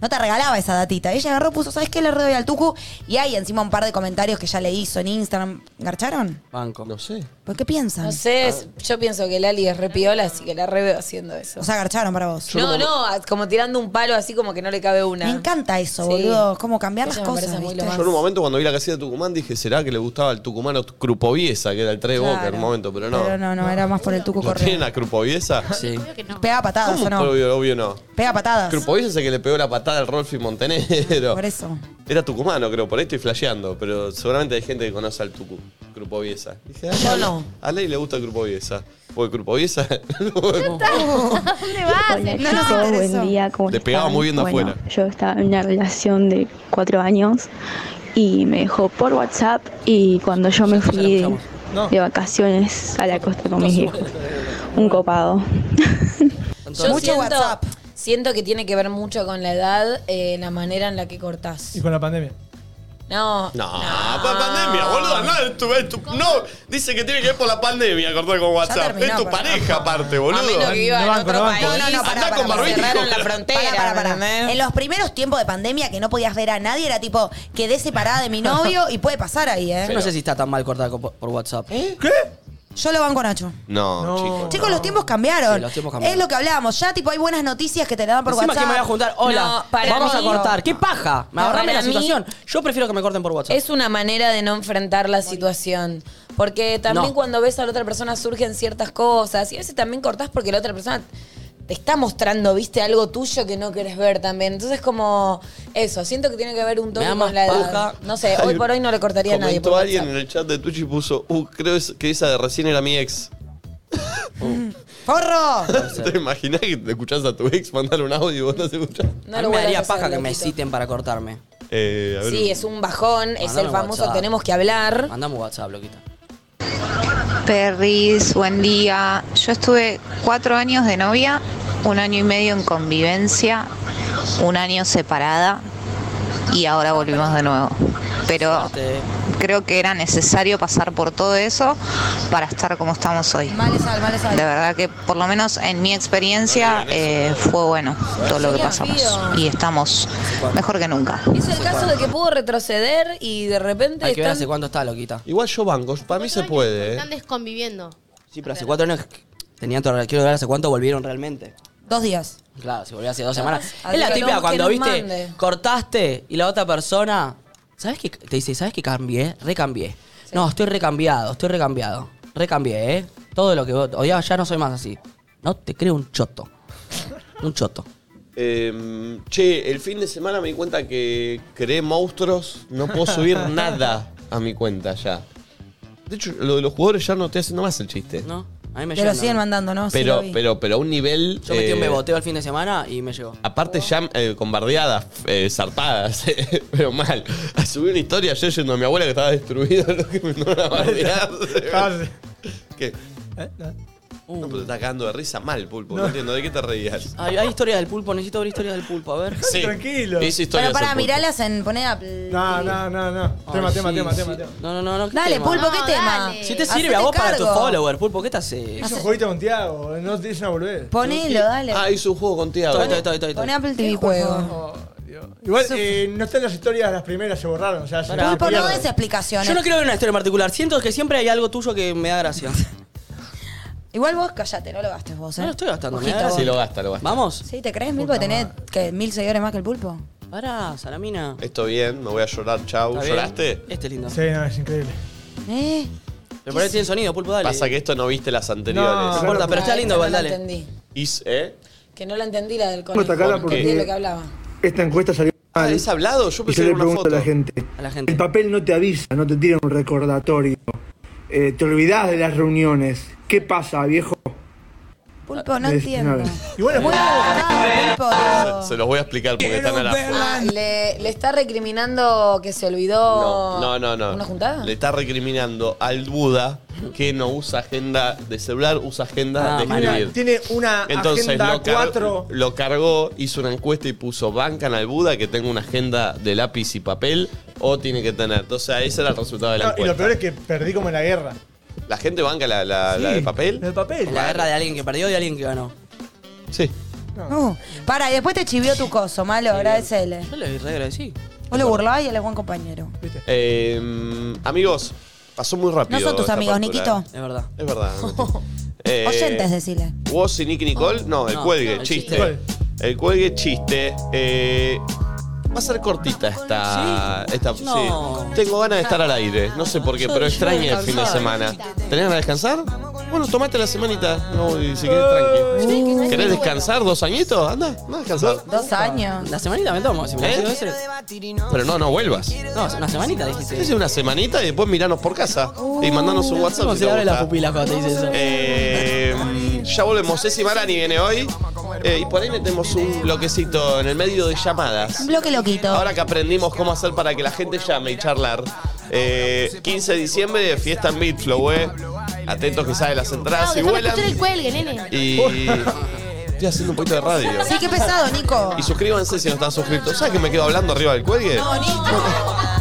S2: No te regalaba esa datita. Ella agarró, puso, ¿sabes qué? Le doy al tucu. Y hay encima un par de comentarios que ya le hizo en Instagram. ¿Garcharon?
S3: Banco.
S1: No sé.
S2: ¿Por qué piensan?
S4: No sé, es-
S1: Ah.
S4: yo pienso que Lali es re piola, así que la re veo haciendo eso.
S2: O sea, garcharon para vos.
S4: no, no, a- como tirando un palo así como que no le cabe una.
S2: Me encanta eso,
S4: Sí.
S2: boludo. Como cambiar las
S4: Eso me parece
S2: cosas.
S4: muy
S2: ¿viste?
S1: Yo en un momento cuando vi la casita de Tucumán dije, ¿será que le gustaba el tucumano Crupoviesa, que era el 3 de Boca en
S2: Claro.
S1: un momento? Pero no.
S2: Pero no, no, era más por el tucu
S1: ¿Lo
S2: correo.
S1: tienen a Crupoviesa?
S3: Sí.
S2: Pegaba patadas
S1: ¿Cómo?
S2: o no.
S1: Obvio, obvio no.
S2: Pega patadas.
S1: Crupoviesa es el que le pegó la patada al Rolfi Montenegro.
S2: Por eso.
S1: Era tucumano, creo, por ahí estoy flasheando, pero seguramente hay gente que conoce al Tucu, Crupoviesa. Dije, ah,
S4: Yo no.
S1: A Ley le gusta Crupoviesa. Porque Crupoviesa
S6: ¿Dónde vas?
S13: Hola,
S6: No,
S13: chicos,
S6: no,
S13: buen día. ¿cómo
S1: Le pegaba
S13: están?
S1: muy bien de
S13: Bueno,
S1: afuera.
S13: Yo estaba en una relación de cuatro años y me dejó por WhatsApp y cuando yo me fui de, de vacaciones a la costa con mis hijos. Un copado.
S4: Yo
S2: Mucho
S4: siento,
S2: WhatsApp.
S4: Siento que tiene que ver mucho con la edad, eh, la manera en la que cortás.
S5: Y con la pandemia.
S4: No,
S1: No, pa- pandemia, boludo. No, es tu, es tu- no, dice que tiene que ver por la pandemia cortar con WhatsApp.
S2: terminó,
S1: Es tu
S2: pero-
S1: pareja aparte, boludo. ¿eh?
S4: A menos que viva en otro país.
S2: No, no, no, pará,
S4: Andá
S2: pará,
S4: con
S2: pará.
S4: barbijo. Cerraron la
S2: Pará,
S4: frontera.
S2: pará, pará.
S4: ¿entendés?
S2: En los primeros tiempos de pandemia que no podías ver a nadie, era tipo, quedé separada de mi novio y puede pasar ahí,
S3: Yo
S2: ¿eh?
S3: no sé si está tan mal cortar co- por WhatsApp.
S5: ¿eh?
S2: Yo lo banco a Nacho.
S1: No, chicos.
S2: Chicos, los tiempos cambiaron.
S3: Sí, los tiempos cambiaron.
S2: Es lo que hablábamos. Ya, tipo, hay buenas noticias que te la dan por
S3: Encima
S2: WhatsApp.
S3: que me voy a juntar, hola,
S4: No, para
S3: vamos a
S4: mí-
S3: cortar. ¿Qué paja? Me
S4: No,
S3: ahorrame
S4: para
S3: la
S4: mí-
S3: situación. Yo prefiero que me corten por WhatsApp.
S4: Es una manera de no enfrentar la situación. Porque también
S3: No.
S4: cuando ves a la otra persona surgen ciertas cosas. Y a veces también cortás porque la otra persona te está mostrando, viste, algo tuyo que no querés ver también. Entonces, como eso, siento que tiene que ver un toque
S3: Me da
S4: con
S3: más
S4: la edad.
S3: paja.
S4: No sé, hoy
S1: Ay,
S4: por hoy no le cortaría a nadie.
S1: Comentó
S4: por
S1: alguien
S4: WhatsApp.
S1: en el chat de Twitch y puso, uh, creo es- que esa de recién era mi ex.
S2: ¡Porro!
S1: ¿Te imaginas que te escuchás a tu ex mandar un audio y vos no te escuchás?
S4: No
S3: a
S4: lo
S3: mí
S4: vuelvas a
S3: me daría
S4: hacer,
S3: paja que me
S4: loquito.
S3: citen para cortarme.
S1: Eh, a ver.
S4: Sí, es un bajón, es
S3: Mandame
S4: el famoso
S3: WhatsApp.
S4: tenemos que hablar.
S3: Mandame un WhatsApp, loquita.
S18: Perris, buen día. Yo estuve cuatro años de novia, un año y medio en convivencia, un año separada y ahora volvimos de nuevo. Pero creo que era necesario pasar por todo eso para estar como estamos hoy.
S2: Mal es al, mal es al.
S18: La verdad que por lo menos en mi experiencia eh, fue bueno todo lo que pasamos y estamos mejor que nunca.
S4: Es el caso de que pudo retroceder y de repente
S3: Hay que ver
S4: están
S3: hace cuánto está, loquita.
S1: Igual yo banco, para mí se puede, eh.
S6: Están desconviviendo.
S3: Sí, pero hace cuatro años que tenían todo. Quiero ver hace cuánto volvieron realmente.
S2: Dos días.
S3: Claro, si volvió hace dos semanas.
S4: Ah,
S3: Es la
S4: que
S3: típica
S4: no-
S3: cuando,
S4: que nos
S3: viste,
S4: mande.
S3: cortaste y la otra persona. ¿Sabes qué? Te dice, ¿sabes qué cambié? Recambié. No, estoy recambiado, estoy recambiado. Recambié, ¿eh? Todo lo que vos odiabas ya no soy más así. No te creo un choto. Un choto.
S1: Eh, che, el fin de semana me di cuenta que creé monstruos. No puedo subir nada a mi cuenta ya. De hecho, lo de los jugadores ya no estoy haciendo más el chiste.
S3: ¿No? A mí me
S2: Te lo
S3: llegan,
S2: siguen
S3: ¿no?
S2: mandando, ¿no? Sí, lo
S1: pero,
S2: vi.
S1: pero, pero a un nivel.
S3: Yo metí un
S1: eh,
S3: beboteo el fin de semana y me llegó.
S1: Aparte ya eh, con bardeadas, eh, zarpadas, eh, pero mal. Subí una historia ayer yendo a mi abuela que estaba destruida, lo que me mandaron a bardear.
S5: Estás-
S1: ¿Qué?
S5: ¿Eh?
S1: No, pero te está cagando de risa mal, Pulpo. No, entiendo, ¿de qué te reías?
S3: Hay, hay historia del pulpo, necesito ver historia del pulpo, a ver.
S1: Sí. Tranquilo. Es historia
S2: Pero para
S1: del pulpo.
S2: mirarlas en. Poné a.
S5: No, no, no, no. Tema,
S3: Ay,
S5: tema,
S3: sí,
S5: tema,
S3: sí.
S5: tema, tema.
S3: No, no, no, no. ¿qué
S2: Dale,
S3: tema?
S2: Pulpo, ¿qué tema?
S3: Si te sirve a
S2: Hacete
S3: vos para tu
S2: cargo.
S3: follower, Pulpo, ¿qué te haces?
S5: Hizo un jueguito con Tiago, no te dicen a volver.
S2: Ponelo, dale.
S1: Ah, hizo un juego con Tiago.
S3: Estoy, estoy, estoy, estoy.
S2: Poné Apple TV
S5: por
S2: juego.
S5: Igual eh, no están las historias, las primeras se borraron. O sea, se
S2: Pulpo, no
S5: pierde.
S2: des explicaciones.
S3: Yo no quiero ver una historia en particular. Siento que siempre hay algo tuyo que me da gracia.
S2: Igual vos callate, no lo gastes vos, ¿eh?
S3: No lo estoy gastando, me
S2: Ojito
S3: da gracia.
S2: vos.
S1: Sí, lo gasta, lo gasta.
S3: Vamos.
S2: ¿Sí? ¿Te crees, Milpo, que tenés que, mil seguidores más que el pulpo?
S3: Pará, Salamina.
S1: Esto bien, me voy a llorar, chau.
S3: ¿Está bien?
S1: Eh, ¿Lloraste?
S3: Este es lindo.
S5: Sí, no, es increíble.
S2: ¿Eh?
S3: Pero por ahí tiene sonido, Pulpo, dale.
S1: Pasa que esto no viste las anteriores.
S3: No importa, pero está lindo,
S4: no
S3: igual,
S4: la
S3: dale.
S4: entendí.
S1: Is- ¿eh?
S4: Que no la entendí la del
S5: Bueno, está acá
S4: conejo.
S5: porque-
S4: De lo que hablaba.
S5: Esta encuesta salió mal.
S1: Ah, ¿Es hablado? Yo
S5: Y
S1: pensé que
S5: yo le
S1: era una
S5: pregunto a
S1: foto.
S5: la gente.
S3: A la gente.
S5: El papel no te avisa, no te tira un recordatorio. Eh, te olvidás de las reuniones. ¿Qué pasa, viejo?
S2: Pulpo, no
S5: Me-
S2: entiendo. Ah,
S5: nada. Y bueno,
S2: Muy agotado,
S1: Se, se los voy a explicar porque están a la.
S4: Ah, le, le está recriminando que se olvidó
S1: No, no, no.
S4: una juntada.
S1: Le está recriminando al Buda que no usa agenda de celular, usa agenda
S5: Ah,
S1: de
S5: Manuel.
S1: escribir.
S5: Tiene una
S1: Entonces
S5: agenda
S1: lo, car-
S5: 4.
S1: lo cargó, hizo una encuesta y puso bancan al Buda que tenga una agenda de lápiz y papel o tiene que tener. Entonces ese era el resultado de la
S5: No, y
S1: encuesta.
S5: lo peor es que perdí como en la guerra.
S1: ¿La gente banca la, la- la
S5: Sí,
S1: de papel?
S5: La de papel.
S3: La guerra de alguien que perdió y alguien que ganó.
S1: Sí.
S2: Uh, para, y después te chivió tu coso, malo, agradecele.
S3: Yo le reagradecí.
S2: Vos lo burlás y él es buen compañero.
S1: Eh, amigos, pasó muy rápido.
S2: No son tus
S1: esta
S2: amigos,
S1: apertura.
S2: Niquito.
S3: Es verdad.
S1: Es verdad. Eh,
S2: Oyentes, decile.
S1: Vos y Nicky Nicole, no, el
S3: No,
S1: cuelgue,
S3: no, el
S1: chiste.
S3: chiste.
S1: El cuelgue, chiste. Eh, va a ser cortita esta. esta
S3: No.
S1: sí. Tengo ganas de estar al aire. No sé por qué,
S3: Yo-
S1: pero
S3: yo
S1: extraña el fin de
S3: descansaba.
S1: semana. ¿Tenés ganas de descansar? Bueno, tomate la semanita. No, y si querés tranqui. ¿Querés descansar dos añitos? Anda, anda a descansar.
S2: Dos años.
S3: La semanita me tomo, si me
S1: ¿Eh?
S3: la haces dos veces.
S1: Pero no, no vuelvas.
S3: No, una semanita dijiste.
S1: Hace una semanita y después miranos por casa. Y mandanos un WhatsApp.
S3: ¿Cómo
S1: si
S3: se
S1: te
S3: abre
S1: gusta.
S3: la pupila cuando te dices eso?
S1: Eh, ya volvemos. Ceci Marani viene hoy. Eh, y por ahí metemos un bloquecito en el medio de llamadas.
S2: Un bloque loquito.
S1: Ahora que aprendimos cómo hacer para que la gente llame y charlar. Eh, 15 de diciembre, fiesta en Midflow, eh. Atentos que sale las entradas y
S6: déjame
S1: vuelan.
S6: escuchar el cuelgue, nene.
S1: Y. Estoy haciendo un poquito de radio.
S2: Sí, qué pesado, Nico.
S1: Y suscríbanse si no están suscritos. ¿Sabes que me quedo hablando arriba del cuelgue?
S2: No, Nico.